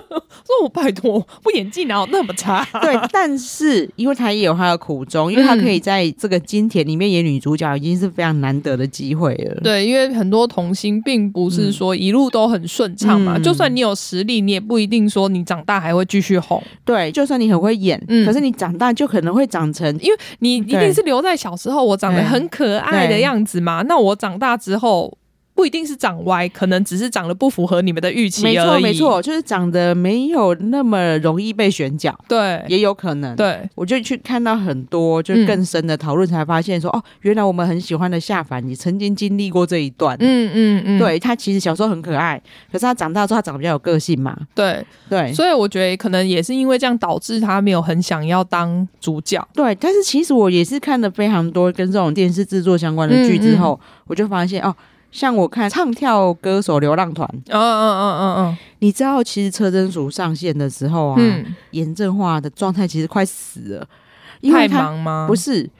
S3: 说我拜托，我演技哪有那么差？
S2: 对，但是因为他也有他的苦衷，因为他可以在这个金田里面演女主角，已经是非常难得的机会了。
S3: 对，因为很多童星并不是说一路都很顺畅嘛，
S2: 嗯
S3: 就算你有实力，你也不一定说你长大还会继续红，
S2: 对，就算你很会演，
S3: 嗯
S2: 可是你长大就可能会长成
S3: 因为你一定是留在小时候我长得
S2: 对
S3: 很可爱的
S2: 对
S3: 样子嘛，那我长大之后。不一定是长歪，可能只是长得不符合你们的预期
S2: 没
S3: 而
S2: 错
S3: 已
S2: 没，错，就是长得没有那么容易被选角，
S3: 对
S2: 也有可能。
S3: 对，
S2: 我就去看到很多，就
S3: 嗯
S2: 更深的讨论，才发现说、哦，原来我们很喜欢的夏凡，也曾经经历过这一段。
S3: 嗯嗯嗯，
S2: 对他其实小时候很可爱，可是他长大之后，他长得比较有个性嘛。
S3: 对，
S2: 对，
S3: 所以我觉得可能也是因为这样导致他没有很想要当主角，
S2: 对。但是其实我也是看了非常多跟这种电视制作相关的剧
S3: 嗯
S2: 之后，我就发现哦，像我看《唱跳歌手流浪团》，
S3: 嗯嗯嗯
S2: 你知道，其实车真淑上线的时候啊，
S3: 嗯嗯
S2: 严正化的状态其实快死了，
S3: 嗯，
S2: 因
S3: 太
S2: 为他
S3: 忙吗？
S2: 不是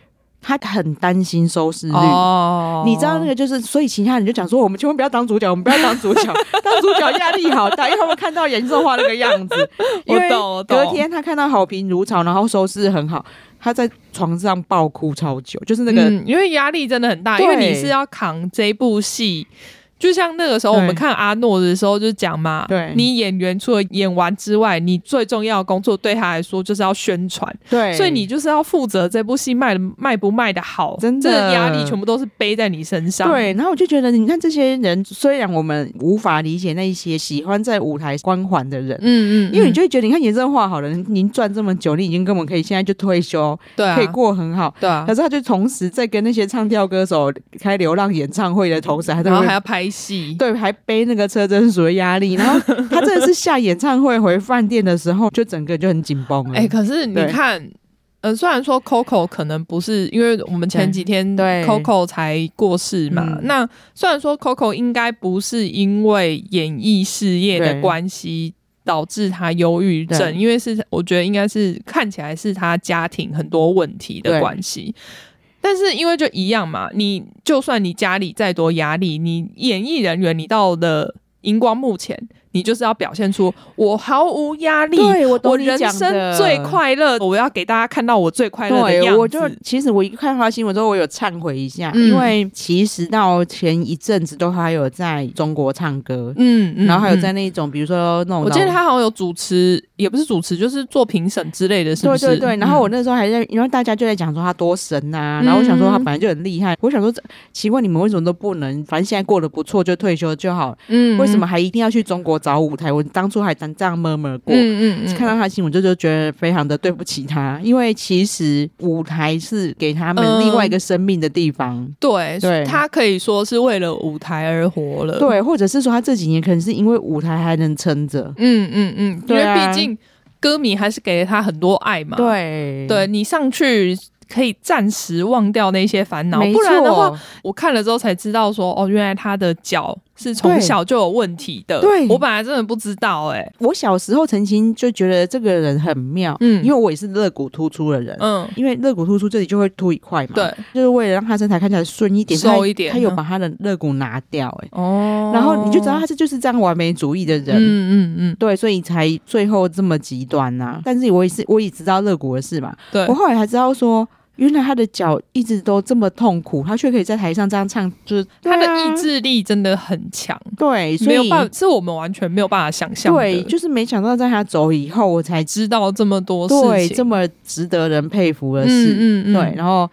S2: 他很担心收视率。
S3: 哦，
S2: 你知道那个就是，所以其他人就讲说，我们千万不要当主角，我们不要当主 角，当主角压力好大，因为他们看到严正化那个样子。
S3: 我
S2: 因为
S3: 懂我懂
S2: 隔天他看到好评如潮，然后收视很好，他在床上暴哭超久，就是那个、
S3: 嗯，因为压力真的很大，因
S2: 对
S3: 为你是要扛这部戏。就像那个时候我们
S2: 对
S3: 看阿诺的时候，就讲嘛，
S2: 对
S3: 你演员除了演完之外，你最重要的工作对他来说就是要宣传，
S2: 对，
S3: 所以你就是要负责这部戏卖卖不卖的好，
S2: 真
S3: 这
S2: 的
S3: 个压力全部都是背在你身上。
S2: 对，然后我就觉得，你看这些人，虽然我们无法理解那一些喜欢在舞台光环的人。
S3: 嗯，嗯嗯，
S2: 因为你就会觉得，你看严正化好了，您赚这么久，你已经根本可以现在就退休，
S3: 对啊
S2: 可以过很好。
S3: 对啊
S2: 可，是他就同时在跟那些唱跳歌手开流浪演唱会的同时，还在
S3: 然
S2: 那
S3: 后
S2: 边
S3: 还要拍戏，
S2: 对，还背那个车真属的压力。 然后他真的是下演唱会回饭店的时候，就整个就很紧绷了。
S3: 哎、可是你
S2: 对
S3: 看，呃，虽然说 Coco 可能不是，因为我们前几天
S2: 对
S3: Coco 才过世嘛。
S2: 嗯
S3: 那虽然说 Coco 应该不是因为演艺事业的
S2: 对
S3: 关系导致他忧郁症，
S2: 对
S3: 因为是我觉得应该是看起来是他家庭很多问题的
S2: 对
S3: 关系。但是因为就一样嘛，你就算你家里再多压力，你演艺人员你到了荧光幕前，你就是要表现出我毫无压力，
S2: 对我懂
S3: 我
S2: 你
S3: 人
S2: 讲
S3: 生
S2: 的哦
S3: 最快乐，我要给大家看到我最快乐的样
S2: 对，
S3: 子。
S2: 我就其实我一看他新闻之后，我有忏悔一下，
S3: 嗯
S2: 因为其实到前一阵子都还有在中国唱歌，
S3: 嗯，嗯
S2: 然后还有在
S3: 嗯
S2: 那种比如说那种，
S3: 我记得他好像有主持，也不是主持，就是做评审之类的，是不
S2: 对
S3: 是？
S2: 对对，然后我
S3: 嗯
S2: 那时候还在，因为大家就在讲说他多神呐、然后我想说他本来就很厉害，我想说这奇怪你们为什么都不能，反正现在过得不错就退休就好，
S3: 嗯
S2: 为什么还一定要去中国找舞台？我当初还当这样 murmur 过，
S3: 嗯嗯嗯，
S2: 看到他新闻就就觉得非常的对不起他，因为其实舞台是给他们
S3: 嗯
S2: 另外一个生命的地方。
S3: 对，
S2: 对
S3: 他可以说是为了舞台而活了。，
S2: 对，或者是说他这几年可能是因为舞台还能撑着，
S3: 嗯嗯嗯，因
S2: 对
S3: 为
S2: 啊
S3: 毕竟歌迷还是给了他很多爱嘛。，
S2: 对
S3: 对，你上去。可以暂时忘掉那些烦恼，
S2: 没
S3: 不然的话，
S2: 错
S3: 我看了之后才知道说，哦，原来他的脚是从小就有问题的。
S2: 对
S3: 我本来真的不知道哎、
S2: 我小时候曾经就觉得这个人很妙，
S3: 嗯
S2: 因为我也是肋骨突出的人，
S3: 嗯，
S2: 因为肋骨突出这里就会凸一块嘛，，
S3: 对，
S2: 就是为了让他身材看起来顺一点，
S3: 瘦
S2: 他
S3: 一点
S2: 他有
S3: 嗯
S2: 把他的肋骨拿掉、欸，
S3: 哦
S2: 然后你就知道他是就是这样完美主义的人。
S3: 嗯嗯嗯，
S2: 对，所以才最后这么极端呐、但是我也是，我也知道肋骨的事嘛。
S3: 对
S2: 我，后来才知道说，原来他的脚一直都这么痛苦，他却可以在台上这样唱，就是
S3: 他
S2: 对啊
S3: 的意志力真的很强，
S2: 对，所
S3: 没
S2: 以
S3: 有办法，是我们完全没有办法想象的。
S2: 对，就是没想到在他走以后，我才
S3: 知道这么多事
S2: 对
S3: 情，
S2: 这么值得人佩服的事。
S3: 嗯嗯嗯，
S2: 对，然后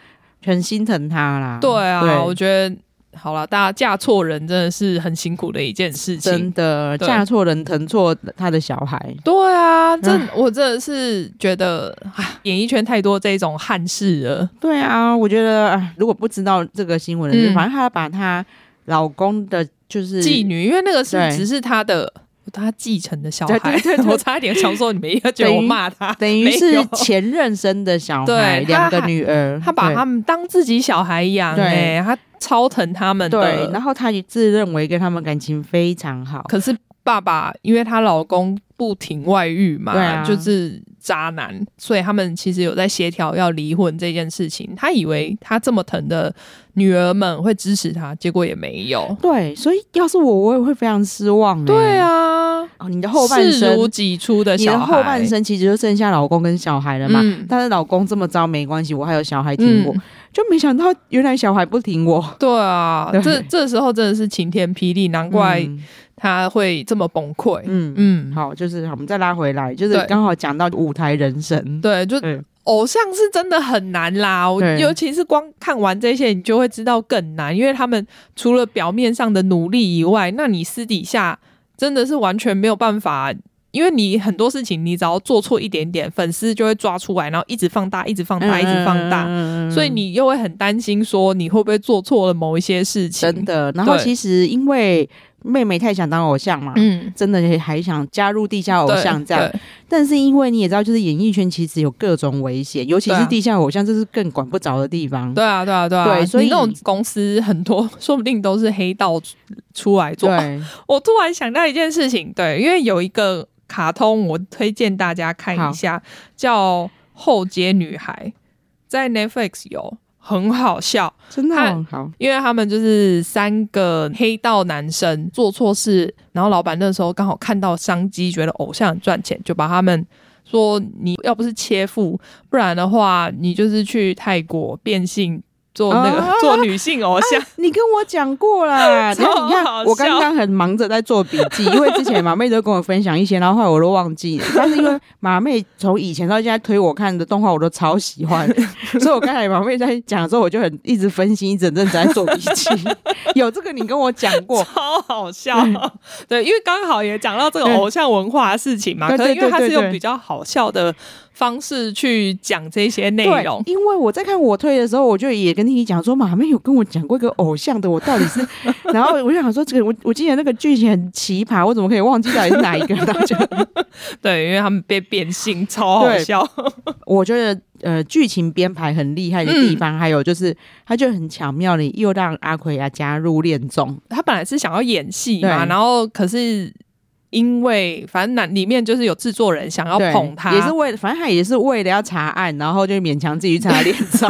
S2: 很心疼他啦。
S3: 对啊，我
S2: 对
S3: 觉得好了，大家嫁错人真的是很辛苦的一件事情
S2: 真。的
S3: 对
S2: 嫁错人，疼错他的小孩。
S3: 对啊，这我真的是觉得，啊，演艺圈太多这种憾事了。
S2: 对啊，我觉得哎如果不知道这个新闻的人，
S3: 嗯
S2: 反正她把她老公的就是
S3: 妓女，因为那个是
S2: 对
S3: 只是她的她继承的小
S2: 对
S3: 孩，
S2: 对对 对
S3: 我差一点想说你们一个觉得我骂她，
S2: 等于
S3: 没
S2: 是
S3: 有
S2: 前任生的小孩，
S3: 对
S2: 两
S3: 她
S2: 个
S3: 还
S2: 女儿，
S3: 她把
S2: 对
S3: 他们当自己小孩养，
S2: 对
S3: 哎，她超疼他们
S2: 对，然
S3: 的。
S2: 后她也自认为跟他们感情非常好，
S3: 可是爸爸因为她老公不停外遇嘛，
S2: 对啊
S3: 就是渣男，所以他们其实有在协调要离婚这件事情。她以为她这么疼的女儿们会支持她，结果也没有。
S2: 对，所以要是我，我也会非常失望、欸。
S3: 对，啊，
S2: 哦，你的后半
S3: 视如
S2: 生，
S3: 己出的
S2: 你
S3: 小
S2: 的
S3: 孩，
S2: 后半生其实就剩下老公跟小孩了嘛。
S3: 嗯
S2: 但是老公这么糟没关系，我还有小孩挺我，
S3: 嗯
S2: 就没想到原来小孩不挺我。
S3: 对啊，
S2: 对
S3: 这这时候真的是晴天霹雳，难怪
S2: 嗯
S3: 他会这么崩溃。
S2: 嗯
S3: 嗯，
S2: 好，就是好我们再拉回来，就是
S3: 对
S2: 刚好讲到舞台人生，
S3: 对，就
S2: 对
S3: 偶像是真的很难啦，我
S2: 对
S3: 尤其是光看完这些，你就会知道更难，因为他们除了表面上的努力以外，那你私底下真的是完全没有办法。因为你很多事情，你只要做错一点点，粉丝就会抓出来，然后一直放大，一直放大，一直放大，
S2: 嗯
S3: 所以你又会很担心说你会不会做错了某一些事情。
S2: 真，的。然后
S3: 对
S2: 其实因为妹妹太想当偶像嘛，
S3: 嗯，
S2: 真的还想加入地下偶
S3: 对
S2: 像这样
S3: 对，
S2: 但是因为你也知道，就是演艺圈其实有各种危险，尤其
S3: 对
S2: 是
S3: 啊
S2: 地下偶像，这是更管不着的地方。
S3: 对啊，对啊，对啊，
S2: 对所以
S3: 你那种公司很多， 说不定都是黑道出出来做。
S2: 对
S3: 我突然想到一件事情，对，因为有一个卡通，我推荐大家看一下，叫《后街女孩》，在 Netflix 有，很好笑，
S2: 真的
S3: 他
S2: 哦好，
S3: 因为他们就是三个黑道男生做错事，然后老板那时候刚好看到商机，觉得哦偶像很赚钱，就把他们。说你要不是切腹，不然的话，你就是去泰国变性做那个、
S2: 啊
S3: 做女性偶像。
S2: 你跟我讲过啦。
S3: 超
S2: 然后你
S3: 好
S2: 看，
S3: 笑
S2: 我刚刚很忙着在做笔记，因为之前马妹都跟我分享一些，然后后来我都忘记了。但是因为马妹从以前到现在推我看的动画，我都超喜 欢，所以我刚才马妹在讲的时候，我就很一直分析一整阵子在做笔 记。有这个你跟我讲过，
S3: 超好笑。对，因为刚好也讲到这个偶像文化的事情嘛，
S2: 对
S3: 可是因为
S2: 对对
S3: 他
S2: 对
S3: 是用
S2: 对
S3: 比较好笑的方式去讲这些内
S2: 对，
S3: 容。
S2: 因为我在看我推的时候，我就也跟你讲说，马妹有跟我讲过一个偶像的，我到底是，然后我就想说，这个我我记得那个剧情很奇葩，我怎么可以忘记到底是哪一个？ 大家，
S3: 对，因为他们被变性，超好
S2: 对
S3: 笑。
S2: 我觉得呃，剧情编排很厉害的地方，还有就是他就很巧妙的又让阿奎亚加入恋综，
S3: 他本来是想要演戏嘛，
S2: 对
S3: 然后可是因为反正男里面就是有制作人想要
S2: 对
S3: 哦捧他，
S2: 也是为，反正他也是为了要查案，然后就勉强自己去查恋 综。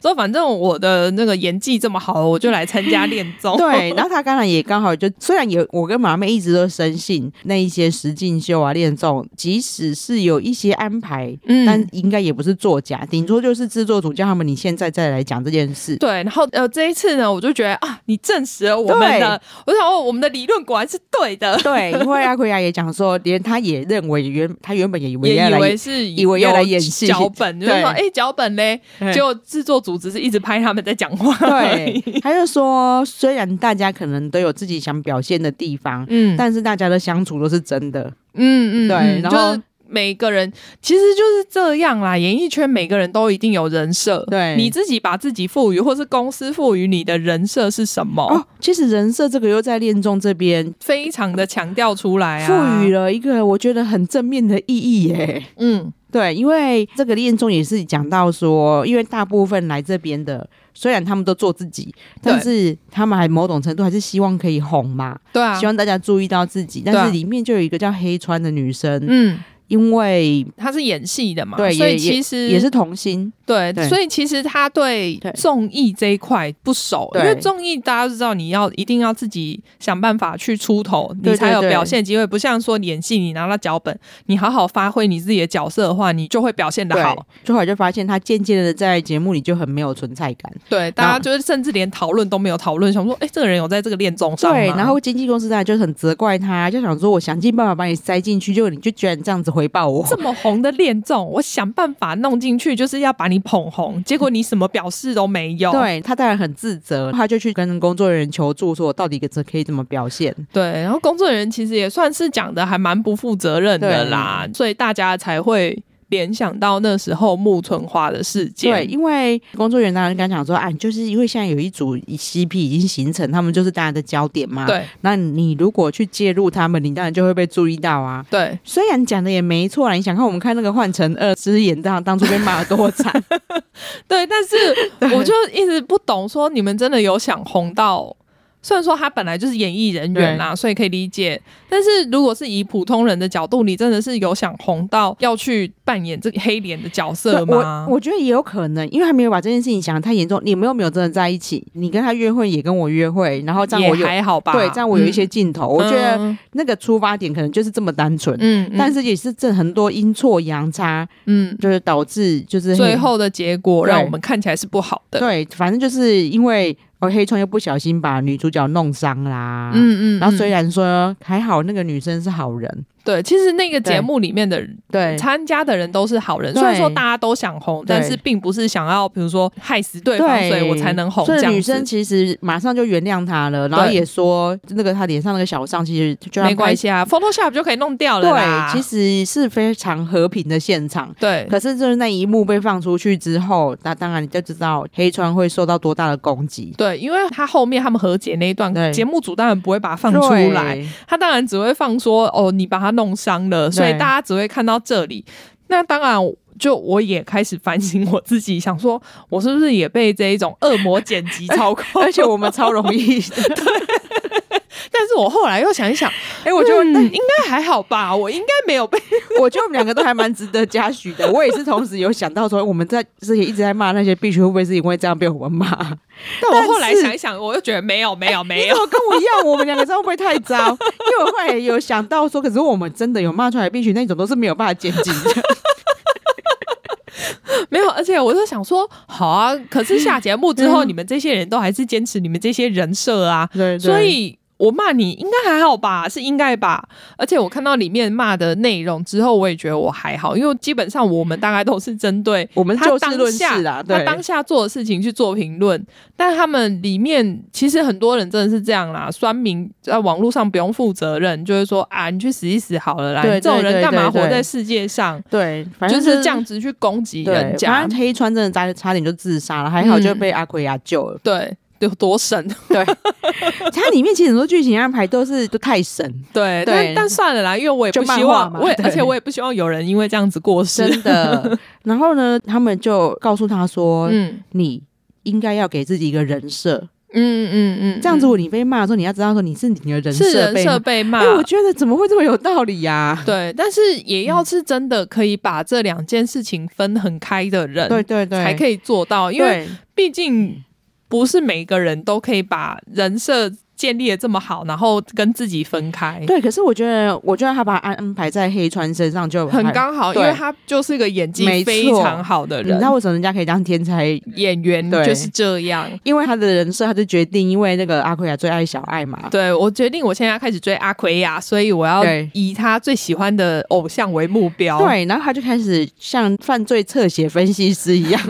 S3: 说反正我的那个演技这么好，我就来参加恋综。
S2: 对，然后他刚才也刚好就，虽然也我跟马妹一直都深信那一些实境秀啊、恋综，即使是有一些安排，
S3: 嗯
S2: 但应该也不是作假，顶多就是制作组叫他们你现在再来讲这件 事。
S3: 对，然后呃这一次呢，我就觉得啊，你证实了我们的，我想哦，我们的理论果然是对的。
S2: 对，因为阿奎啊亚也讲说，连他也认为原他原本也以为
S3: 也
S2: 要
S3: 以
S2: 来
S3: 为是
S2: 以为要来演戏
S3: 有脚本就是说，
S2: 对
S3: 哎，脚本嘞，
S2: 对
S3: 结果制作组只是一直拍他们在讲 话。
S2: 对，他就说，虽然大家可能都有自己想表现的地方，
S3: 嗯
S2: 但是大家的相处都是真的。
S3: 嗯嗯，
S2: 对
S3: 嗯
S2: 然后
S3: 就是每个人其实就是这样啦，演艺圈每个人都一定有人设，
S2: 对
S3: 你自己把自己赋予，或是公司赋予你的人设是什么，
S2: 哦，其实人设这个又在恋综这边
S3: 非常的强调出来啊，
S2: 赋予了一个我觉得很正面的意义耶。
S3: 嗯
S2: 对，因为这个恋综也是讲到说，因为大部分来这边的虽然他们都做自己，但是他们还某种程度还是希望可以红嘛，
S3: 对啊
S2: 希，望大家注意到自己。
S3: 啊
S2: 但是里面就有一个叫黑川的女生，
S3: 嗯，
S2: 因为
S3: 他是演戏的嘛，
S2: 对
S3: 所以
S2: 也
S3: 其实
S2: 也是童星，
S3: 对，
S2: 对
S3: 所以其实他对
S2: 对
S3: 综艺这一块不熟，因
S2: 对
S3: 为综艺大家都知道，你要一定要自己想办法去出头，
S2: 对
S3: 你才有
S2: 对对
S3: 表现机会。不像说演戏，你拿到脚本，你好好发挥你自己的角色的话，你就会表现的
S2: 对
S3: 好。，
S2: 最后来就发现她渐渐的在节目里就很没有存在感。
S3: 对，大家就是甚至连讨论都没有讨论，想说，哎、这个人有在这个恋综上吗？
S2: 对，然后经纪公司当然就很责怪她，就想说我想尽办法把你塞进去，结果你就居然这样子回报我。
S3: 这么红的恋综，我想办法弄进去，就是要把你捧红，结果你什么表示都没有。
S2: 对他当然很自责，他就去跟工作人员求助，说我到底怎可以怎么表现？
S3: 对，然后工作人员其实也算是讲的还蛮不负责任的啦，所以大家才会联想到那时候木村花的事件。
S2: 对，，因为工作人员当然跟他讲说，啊，你就是因为现在有一组 CP 已经形成，他们就是大家的焦点嘛。，
S3: 对，
S2: 那你如果去介入他们，你当然就会被注意到啊。
S3: 对，
S2: 虽然讲的也没错啦，你想看我们看那个《幻城二》，之演当当初被骂得多惨，
S3: 对，但 是我就一直不懂，说你们真的有想红到？虽然说他本来就是演艺人员啦，所以可以理解。但是如果是以普通人的角度，你真的是有想红到要去扮演这个黑脸的角
S2: 对
S3: 色吗？
S2: 我我觉得也有可能，因为还没有把这件事情想得太严重。你们又没有真的在一起，你跟他约会也跟我约会，然后这样我
S3: 也
S2: 有
S3: 还好吧，
S2: 对，这样我有一些镜头。
S3: 嗯，
S2: 我觉得
S3: 嗯，
S2: 那个出发点可能就是这么单纯，
S3: 嗯，嗯
S2: 但是也是这很多阴错阳差，
S3: 嗯，
S2: 就是导致就是
S3: 最后的结果
S2: 对
S3: 让我们看起来是不好的。
S2: 对，反正就是因为哦黑川又不小心把女主角弄伤啦。
S3: 嗯嗯，
S2: 啊然后虽
S3: 以
S2: 然说还好，那个女生是好人，
S3: 对，其实那个节目里面的人
S2: 对
S3: 参加的人都是好人，
S2: 对
S3: 虽然说大家都想红，
S2: 对
S3: 但是并不是想要比如说害死对方，
S2: 对，
S3: 所以我才能红
S2: 所
S3: 这
S2: 以
S3: 样
S2: 女
S3: 子
S2: 生其实马上就原谅他了，然后
S3: 对
S2: 也说那个他脸上那个小伤，其实就让
S3: 没
S2: 她
S3: 关。系啊，Photoshop 就可以弄掉了啦。
S2: 对，其实是非常和平的现场。
S3: 对
S2: 可是就是那一幕被放出去之后，那当然你就知道黑川会受到多大的攻击。
S3: 对，因为他后面他们和解那一段，
S2: 对
S3: 节目组当然不会把它放出来，
S2: 对，
S3: 他当然只会放说哦，你把他弄伤了，所以
S2: 对
S3: 大家只会看到这里。那当然，就我也开始反省我自己，想说我是不是也被这一种恶魔剪 辑操控？
S2: 而且我们超容易 的。
S3: 但是我后来又想一想，
S2: 哎、我觉得、
S3: 嗯应该还好吧，我应该没有被。
S2: 我觉得我们两个都还蛮值得嘉许的。我也是同时有想到说，我们在之前一直在骂那些必须会不会是因为这样被我们骂？
S3: 但
S2: 但
S3: 我
S2: 是
S3: 后来想一想，我又觉得没有，没有，没有
S2: 你怎。么哦跟我一样，我们两个这样会不会太糟？因为我后来有想到说，可是我们真的有骂出来，必须那种都是没有办法剪辑 的。
S3: 没有，而且我就想说，好啊，可是下节目之后，你们这些人都还是坚持你们这些人设啊，
S2: 对
S3: 所以。我骂你应该还好吧，是应该吧。而且我看到里面骂的内容之后，我也觉得我还好，因为基本上我们大概都是针对
S2: 我们
S3: 他
S2: 就
S3: 当
S2: 事论
S3: 下
S2: 事啦，
S3: 他
S2: 对
S3: 当下做的事情去做评论，但他们里面其实很多人真的是这样啦，酸民在网络上不用负责任，就是说啊，你去死一死好了啦，
S2: 对
S3: 你这种
S2: 对
S3: 人
S2: 对
S3: 干嘛
S2: 对
S3: 活在
S2: 对
S3: 世界上？
S2: 对，反
S3: 就
S2: 正
S3: 是这样。子去攻击人
S2: 对，
S3: 家
S2: 反，正黑川真的差差点就自杀了，还好就被阿奎亚救 了。
S3: 对，有多神，
S2: 对，它里面其实很多剧情安排都是都太神，对
S3: 对，但但算了啦，因为我也不
S2: 就漫
S3: 希望
S2: 画，嘛
S3: 我也
S2: 对
S3: 而且我也不希望有人因为这样子过世。
S2: 真 的。然后呢，他们就告诉他说，
S3: 嗯
S2: 你应该要给自己一个人设，
S3: 嗯嗯嗯，
S2: 这样子你被骂的时候，你要知道说你是你的人
S3: 是
S2: 设
S3: 人
S2: 被骂。
S3: 设被骂
S2: 哎、。我觉得怎么会这么有道理 呀、
S3: 对，但是也要是真的可以把这两件事情分很开的人，
S2: 对对对，
S3: 呃才可
S2: 以，
S3: 以做到，因为毕竟不是每个人都可以把人设建立的这么好，然后跟自己分开
S2: 对。对。可是我觉得，我觉得他把安安排在黑川身上就
S3: 很
S2: 还。
S3: 刚好，因
S2: 对
S3: 为他就是一个演技
S2: 没错
S3: 非常好的
S2: 你知
S3: 人，
S2: 道为什么人家可以当天才？
S3: 演员
S2: 对
S3: 就是这样。
S2: 因为他的人设，他就决定，因为那个阿奎亚最爱小爱嘛。
S3: 对我决定，我现在要开始追阿奎亚，所以我要
S2: 对
S3: 以他最喜欢的偶像为目标。，
S2: 对，然后他就开始像犯罪侧写分析师 一样，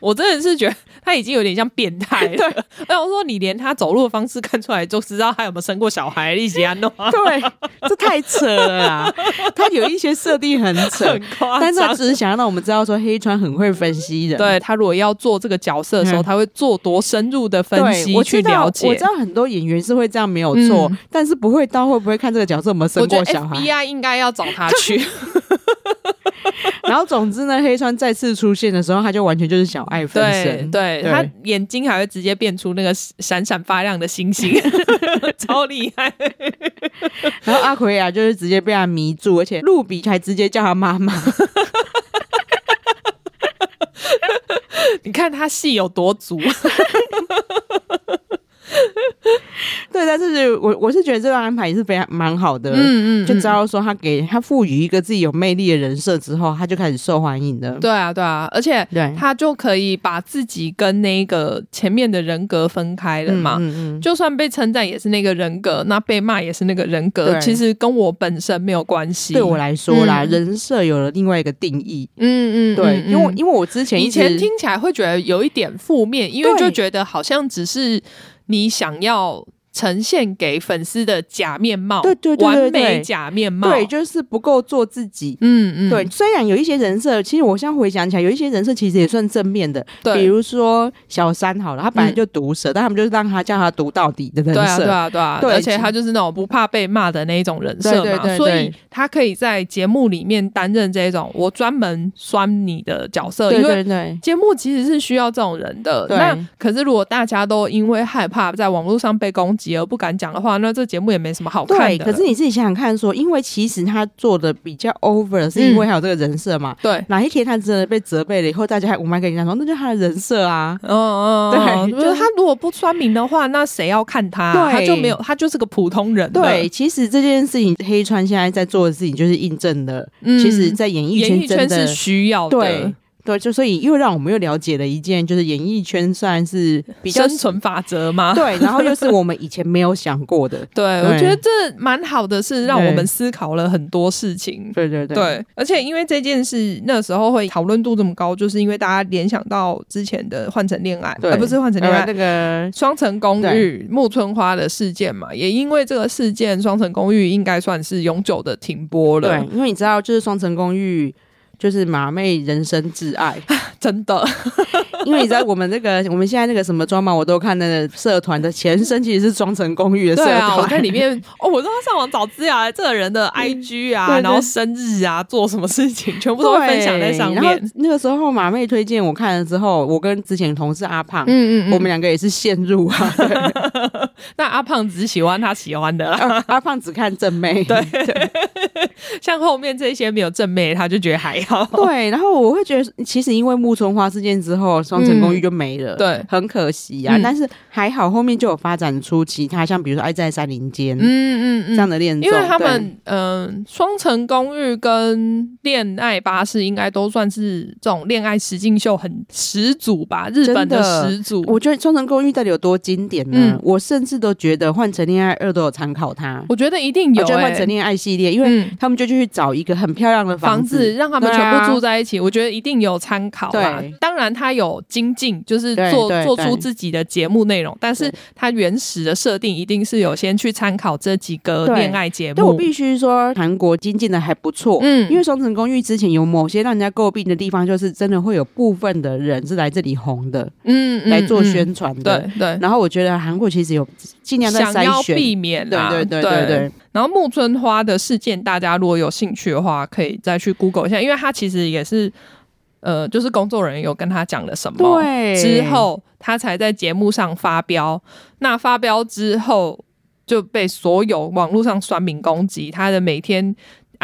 S3: 我真的是觉得他已经有点像变态了。然后我说，你连他走路的方式看出来，就知道他有没有生过小孩，一起安诺，
S2: 对，这太扯了啦！他有一些设定很扯
S3: 很，夸
S2: 但
S3: 张。
S2: 是他只是想要让我们知道说黑川很会分析人。
S3: 对他如果要做这个角色的时候，
S2: 嗯
S3: 他会做多深入的
S2: 对。
S3: 分析
S2: 我
S3: 去
S2: 知道
S3: 了解。
S2: 我知道很多演员是会这样没有错，
S3: 嗯
S2: 但是不会到会不会看这个角色有没有
S3: 我
S2: 生
S3: 觉
S2: 过
S3: 得
S2: 小孩。
S3: FBI 应该要找他去，
S2: 然后总之呢，黑川再次出现的时候，他就完全就是小爱分
S3: 对
S2: 身，
S3: 对，他眼睛还会直接变出那个闪闪发亮的星星， 超厉害。
S2: 然后阿奎亚就是直接被他迷住，而且露比还直接叫他妈妈。
S3: 你看他戏有多足，
S2: 对，但是我我是觉得这个安排也是非常蛮好的，
S3: 嗯
S2: 就知道说他给他赋予一个自己有魅力的人设之后，他就开始受欢迎了。
S3: 对啊，对啊，而且
S2: 对，
S3: 他就可以把自己跟那个前面的人格分开了嘛。
S2: 嗯嗯
S3: 就算被称赞也是那个人格，那被骂也是那个人格，
S2: 对
S3: 其实跟我本身没有关系。
S2: 对我来说啦，
S3: 嗯
S2: 人设有了另外一个定义。
S3: 嗯，嗯嗯，
S2: 对，因为
S3: 嗯
S2: 因为我之前一
S3: 以
S2: 直
S3: 前听起来会觉得有一点负面，因为
S2: 对
S3: 就觉得好像只是你想要呈现给粉丝的假面貌，
S2: 对对对对
S3: 完美
S2: 对
S3: 假面貌，
S2: 对就是不够做自己。
S3: 嗯嗯，
S2: 对，虽然有一些人设，其实我现在回想起来，有一些人设其实也算正面的，
S3: 对嗯
S2: 比如说小三好了，他本来就毒舌，但他们就是让他叫他毒到底的人设，
S3: 对啊，对啊，对啊，
S2: 对
S3: 而且他就是那种不怕被骂的那一种人设嘛，
S2: 对对对对
S3: 所以他可以在节目里面担任这种我专门酸你的角色，
S2: 对
S3: 因为
S2: 对对
S3: 节目其实是需要这种人的。
S2: 对
S3: 那可是如果大家都因为害怕在网络上被攻击而不敢讲的话，那这节目也没什么好看
S2: 对，
S3: 的。
S2: 可是你自己想想看说因为其实他做的比较 over，是
S3: 嗯
S2: 因为他有这个人设嘛。
S3: 对。
S2: 哪一天他真的被责备了以后，大家还我们还跟人家说，那就是他的人设啊。
S3: 嗯嗯，
S2: 对
S3: 嗯就是
S2: 就是
S3: 他如果不酸民的话，那谁要看他、
S2: 对
S3: 他就没有，他就是个普通人。
S2: 对，，其实这件事情，黑川现在在做的事情就是印证了，
S3: 嗯
S2: 其实，在演艺
S3: 演艺
S2: 圈真
S3: 圈
S2: 的
S3: 是需要的，
S2: 哦对对，就所以又让我们又了解了一件，就是演艺圈算是比较
S3: 生存法则嘛。。
S2: 对，然后又是我们以前没有想过的
S3: 对，
S2: 对
S3: 我觉得这蛮好的，是让
S2: 对
S3: 我们思考了很多事情。
S2: 对对对
S3: 对，而且因为这件事那时候会讨论度这么高，就是因为大家联想到之前的《换成恋爱》，
S2: 对
S3: 呃，不是《换成
S2: 另
S3: 恋
S2: 外
S3: 爱》
S2: 那个
S3: 双层公寓木村花的事件嘛，也因为这个事件，双层公寓应该算是永久的停播了
S2: 对，。因为你知道，就是双层公寓。就是马妹人生挚爱，
S3: 真的，
S2: 因为你知道我们那个我们现在那个什么装嘛，我都看的社团的前身其实是双层公寓的社
S3: 对
S2: 团，
S3: 啊，我在里面哦，我都要上网找资料，这个 人的 IG 啊，
S2: 嗯对对
S3: 然后生日啊，做什么事情，全部都会分享在上面
S2: 对。然后那个时候马妹推荐我看了之后，我跟之前同事阿胖，
S3: 嗯
S2: 我们两个也是陷入啊， 对
S3: 那阿胖只喜欢他喜欢的啦，
S2: 阿阿胖只看正妹，对
S3: 像后面这些没有正妹，他就觉得还好。
S2: 对。然后我会觉得，其实因为木村花事件之后，双城公寓就没了，
S3: 嗯对
S2: 很可惜啊。
S3: 嗯
S2: 但是还好后面就有发展出其他，像比如说《爱在山林间》
S3: 嗯
S2: 这样。的恋综，
S3: 因为他
S2: 对
S3: 们嗯，双层公寓跟恋爱巴士应该都算是这种恋爱实境秀很始祖吧，日本
S2: 真的
S3: 始祖。
S2: 我觉得《双城公寓》到底有多经典呢？
S3: 嗯
S2: 我甚至都觉得《换成恋爱二》都有参考它，
S3: 我觉得一定有
S2: 我觉得《
S3: 欸
S2: 换成恋爱》系列，因为
S3: 嗯
S2: 他们就去找一个很漂亮的
S3: 房
S2: 子
S3: 子让他们
S2: 对
S3: 全
S2: 啊
S3: 部住在一起，我觉得一定有参考啦
S2: 对。
S3: 当然，他有精进，就是
S2: 对
S3: 做
S2: 对
S3: 做
S2: 对
S3: 出自己的节目内容，但是
S2: 对
S3: 他原始的设定一定是有先去参考这几个
S2: 对
S3: 恋爱节
S2: 但我
S3: 目。
S2: 必须说，韩国精进的还不错。
S3: 嗯
S2: 因为双城公寓之前有某些让人家诟病的地方，就是真的会有部分的人是来这里红的，
S3: 嗯
S2: 来做
S3: 宣。嗯
S2: 宣传的。
S3: 对对，
S2: 然后我觉得韩国其实有尽量在
S3: 想
S2: 筛
S3: 要
S2: 选，
S3: 避免
S2: 对
S3: 啊，
S2: 对对对对，
S3: 然后木村花的事件，大家如果有兴趣的话，可以再去 Google 一下，因为他其实也是，呃，就是工作人员有跟他讲了什么，
S2: 对
S3: 哦之后他才在节目上发飙。那发飙之后就被所有网络上酸民攻击，他的每天。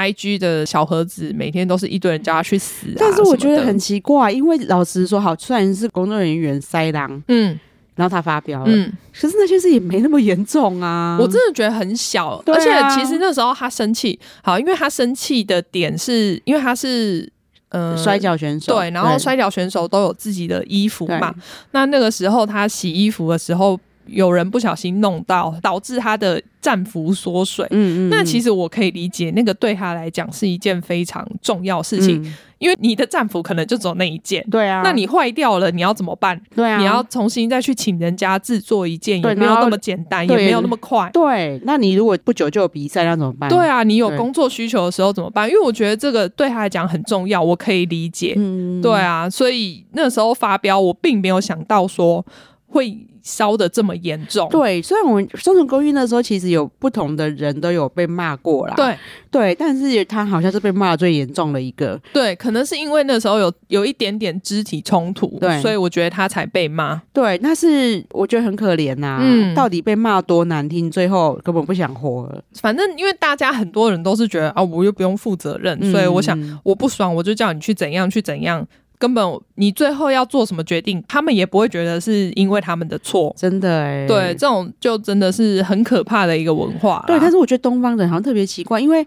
S3: I G 的小盒子每天都是一堆人叫他去死、啊，
S2: 但是我觉
S3: 什
S2: 得
S3: 么的
S2: 很，奇怪，因为老实说，好，虽然是工作人员塞狼，
S3: 嗯
S2: 然后他发飙了，
S3: 嗯，
S2: 可是那些事也没那么严重啊。
S3: 我真的觉得很小，
S2: 对
S3: 而且
S2: 啊
S3: 其实那时候他生气，好，因为他生气的点是因为他是嗯、呃
S2: 摔跤选手
S3: 对，然后摔跤选手都有自己的衣服
S2: 对
S3: 嘛，那那个时候他洗衣服的时候，有人不小心弄到，导致他的战服缩水。
S2: 嗯嗯，
S3: 那其
S2: 实
S3: 实我可以理解，那个对他来讲是一件非常重要事情，因为你的战服可能就只有那一件，
S2: 嗯对啊，
S3: 那你坏掉了，你要怎么办？
S2: 对啊，
S3: 你要重新再去请人家制作一件，也
S2: 对
S3: 没有
S2: 然后
S3: 那么简单，也
S2: 对
S3: 没有那么快。
S2: 对，那你如果不久就有比赛，那怎么办？
S3: 对啊，你有
S2: 对
S3: 工作需求的时候怎么办？因为我觉得这个对他来讲很重要，我可以理解。
S2: 嗯，
S3: 对啊，所以那时候发飙，我并没有想到说会烧的这么严重。
S2: 对，啊虽然我们《双城公寓》那时候其实有不同的人都有被骂过啦，
S3: 对
S2: 对，但是他好像是被骂得最严重的一个，
S3: 对，可能是因为那时候有有一点点肢体冲突，
S2: 对
S3: 所以我觉得他才被骂。
S2: 对，那是我觉得很可怜呐、
S3: 嗯
S2: 到底被骂多难听，最后根本不想活了。
S3: 反正因为大家很多人都是觉得啊，我又不用负责任，所以我想
S2: 嗯
S3: 我不爽，我就叫你去怎样去怎样。根本你最后要做什么决定，他们也不会觉得是因为他们的错。
S2: 真的哎、
S3: 对，啊这种就真的是很可怕的一个文化啦。
S2: 对，但是我觉得东方人好像特别奇怪，因为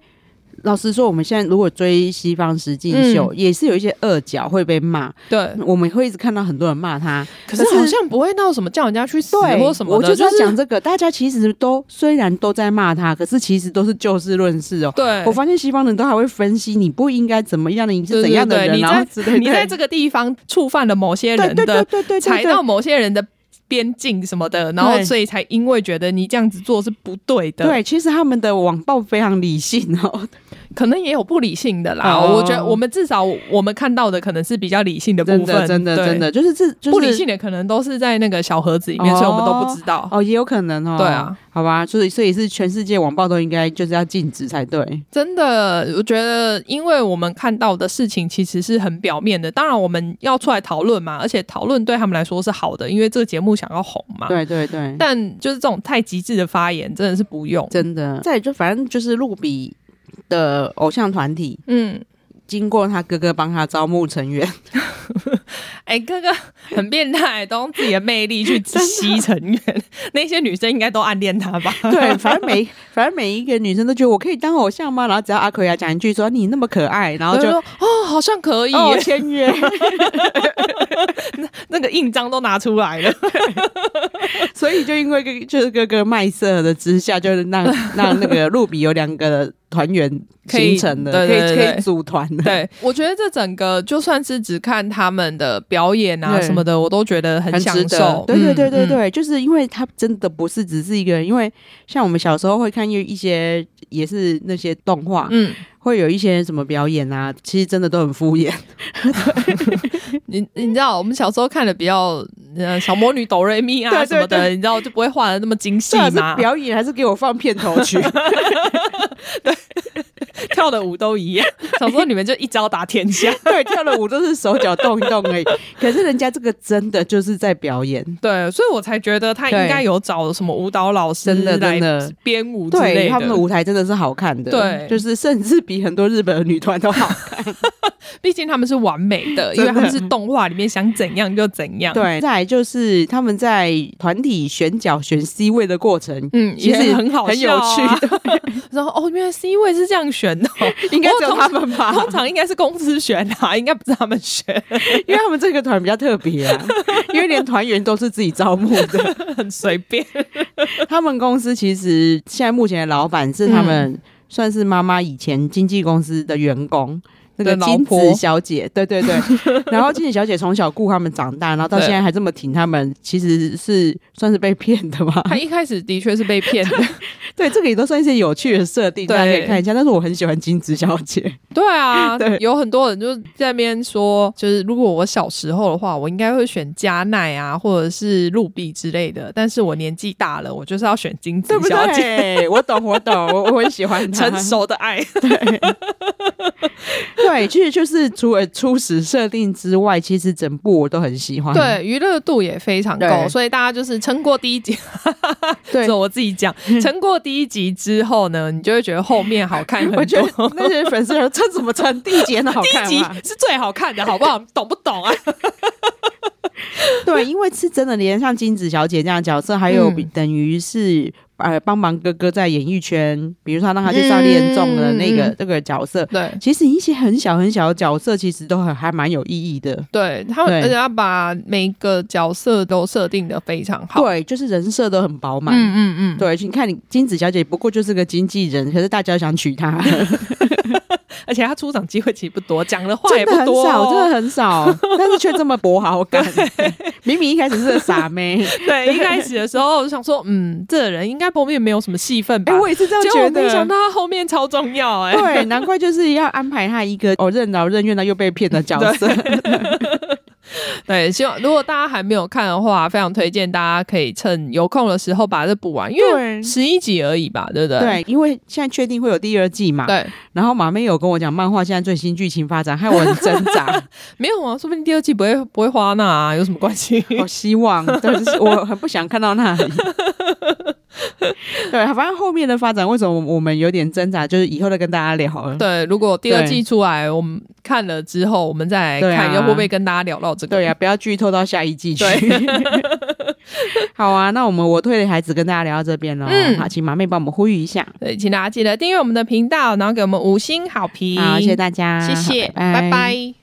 S2: 老实说，我们现在如果追西方实境
S3: 嗯
S2: 秀，也是有一些恶角会被骂，
S3: 对，
S2: 我们会一直看到很多人骂他，
S3: 可是好像不会到什么叫人家去死
S2: 对
S3: 或什么
S2: 我
S3: 的，
S2: 就是要
S3: 是
S2: 讲这个，大家其实都虽然都在骂他，可是其实都是就事论事哦。
S3: 对
S2: 我。发现西方人都还会分析你不应该怎么样的，你是怎样的
S3: 对对对
S2: 人，
S3: 你
S2: 然后
S3: 在
S2: 之类的。
S3: 你在这个地方触犯了某些
S2: 对
S3: 人
S2: 对对
S3: 的，
S2: 对对
S3: 踩
S2: 对
S3: 到
S2: 对，
S3: 某些人的边境什么的，然后
S2: 对
S3: 所以才因为觉得你这样子做是不对的，，
S2: 对，其实他们的网暴非常理性哦，
S3: 可能也有不理性的啦。
S2: 哦
S3: 我觉得我们至少我们看到的可能是比较理性的部
S2: 真
S3: 分，
S2: 的真的
S3: 对
S2: 真。的，就是这就是
S3: 不理性的可能都是在那个小盒子里面，
S2: 哦
S3: 所以我们都不知道。
S2: 哦，也有可能哦。
S3: 对啊，
S2: 好吧，所以所以是全世界网暴都应该就是要禁止才对。
S3: 真的，我觉得，因为我们看到的事情其实是很表面的。当然，我们要出来讨论嘛，而且讨论对他们来说是好的，因为这个节目想要红嘛。
S2: 对对对，
S3: 但就是这种太极致的发言，真的是不用。
S2: 真的。再来就反正就是露比的偶像团体，
S3: 嗯，
S2: 经过他哥哥帮他招募成员，
S3: 哎、哥哥很变态，都用自己的魅力去吸成员。 那些女生应该都暗恋他吧？
S2: 对，反正每 反正每一个女生都觉得我可以当偶像吗？然后只要阿奎亚讲一句说你那么可爱，然后就
S3: 说哦，好像可以耶，
S2: 哦签约，
S3: 那个印章都拿出来了。
S2: 所以就因为哥就是哥哥麦瑟的之下，就是 让让那个露比有两个团员
S3: 可以
S2: 形成的，
S3: 对
S2: 可以
S3: 对
S2: 可
S3: 对
S2: 以组团的，
S3: 对，我觉得这整个就算是只看他们的表演啊
S2: 对
S3: 什么的，我都觉得很享
S2: 值得
S3: 受。。
S2: 对对对对
S3: 嗯
S2: 对，就是因为他真的不是只是一个人，因为像我们小时候会看一一些也是那些动画，
S3: 嗯，
S2: 会有一些什么表演啊，其实真的都很敷衍。
S3: 嗯你你知道，我们小时候看的比较呃小魔女哆瑞咪啊
S2: 对对
S3: 什么的，
S2: 对
S3: 你知道就不会画的那么精 细
S2: 虽然是
S3: 嘛，
S2: 表演，还是给我放片头曲。
S3: 跳的舞都一样。 小时候你们就一招打天下。
S2: 对，跳的舞都是手脚动一动而已。可是人家这个真的就是在表演，
S3: 对，所以我才觉得他应
S2: 对
S3: 该有找什么舞蹈老师
S2: 真的
S3: 来
S2: 真的
S3: 编舞之类
S2: 对他们的舞台真的是好看的，
S3: 对
S2: 就是甚至比很多日本的女团都好。
S3: 毕竟他们是完美的，因
S2: 真的
S3: 为他们是动画里面想怎样就怎样。，
S2: 对，再来就是他们在团体选角选 C 位的过程，
S3: 嗯，
S2: 其实
S3: 也很好、啊
S2: 很有趣。
S3: 的。然后哦，原来 C 位是这样 选的哦、
S2: 应该只有
S3: 我
S2: 他
S3: 通
S2: 们吧，
S3: 通常应该是公司选啊，应该不是他们选，
S2: 因为他们这个团比较特别啊，因为连团员都是自己招募的。
S3: 很随便。
S2: 他们公司其实现在目前的老板是他
S3: 嗯
S2: 们算是妈妈以前经纪公司的员工。那个
S3: 的老
S2: 金
S3: 婆
S2: 子小姐，对对 对，然后金子小姐从小顾他们长大，然后到
S3: 对
S2: 现在还这么挺他们，其实是算是被骗的 吧？
S3: 他一开始的确是被骗的，
S2: 对，这个也都算一些有趣的设定，
S3: 对
S2: 大家可以看一下。但是我很喜欢金子小 姐，
S3: 对啊，
S2: 对
S3: 有很多人就在那边说，就是如果我小时候的话，我应该会选加奈啊，或者是露比之类的。但是我年纪大了，我就是要选金子
S2: 对不
S3: 小姐。
S2: 对？我懂，我懂，我 我很喜欢她。
S3: 成熟的 爱，
S2: 对，其实就是除了初始设定之外，其实整部我都很喜欢。
S3: 对娱乐度也非常够，
S2: 对
S3: 所以大家就是撑过第一集，
S2: 对
S3: 是，我自己讲，撑过第一集之后呢，你就会觉得后面好 看很
S2: 我
S3: 多。
S2: 觉得 那些粉丝说这怎么成 第一集很好
S3: 第一
S2: 看啊
S3: 集
S2: 嘛？
S3: 是最好看的，好不好？懂不懂啊？
S2: 对，因为是真的，连像金子小姐这样的角色，还有比、
S3: 嗯
S2: 等于是呃帮忙哥哥在演艺圈，比如说他让他
S3: 嗯
S2: 去上恋综的那个、
S3: 嗯嗯嗯
S2: 那个角色，
S3: 对。
S2: 其实一些很小很小的角色，其实都很还蛮有意义的。
S3: 对他们，
S2: 对
S3: 而且他把每个角色都设定的非常好。
S2: 对，就是人设都很饱满。
S3: 嗯嗯嗯，
S2: 对，你看你金子小姐不过就是个经纪人，可是大家想娶她，
S3: 而且他出场机会其实不多，讲的 话也
S2: 真
S3: 不
S2: 的很
S3: 多、
S2: 少，真
S3: 哦。
S2: 的很少，但是却这么博好 感。明明一开始是个傻妹，
S3: 对，一开始的时候我想说，嗯，这人应该后面没有什么戏份吧？
S2: 哎、我也是这样
S3: 结
S2: 觉
S3: 果
S2: 得。
S3: 没想到他后面超重要 哎、
S2: 对，难怪就是要安排他一个哦任劳任怨的又被骗的角色。
S3: 对，希望如果大家还没有看的话，非常推荐大家可以趁有空的时候把这补完，因为
S2: 对
S3: 十一集而已吧，对不对？
S2: 对，因为现在确定会有第二季嘛。
S3: 对，
S2: 然后马妹有跟我讲漫画现在最新剧情发展，害我很挣扎。
S3: 没有啊，说不定第二季不会不会花那啊，有什么关系？
S2: 好希望，但是我很不想看到那里。对，反正后面的发展为什么我们有点挣扎，就是以后再跟大家聊了。
S3: 对，如果第二
S2: 对
S3: 季出来，我们看了之后，我们再来
S2: 对啊
S3: 看，又会不会跟大家聊到这个？
S2: 对呀、啊不要剧透到下一季去
S3: 对。
S2: 好啊，那我们我推的孩子跟大家聊到这边喽。
S3: 嗯
S2: 好，请马妹帮我们呼吁一下。
S3: 对，请大家记得订阅我们的频道，然后给我们五星好评。
S2: 好，谢谢大家，
S3: 谢谢，
S2: 好拜
S3: 拜拜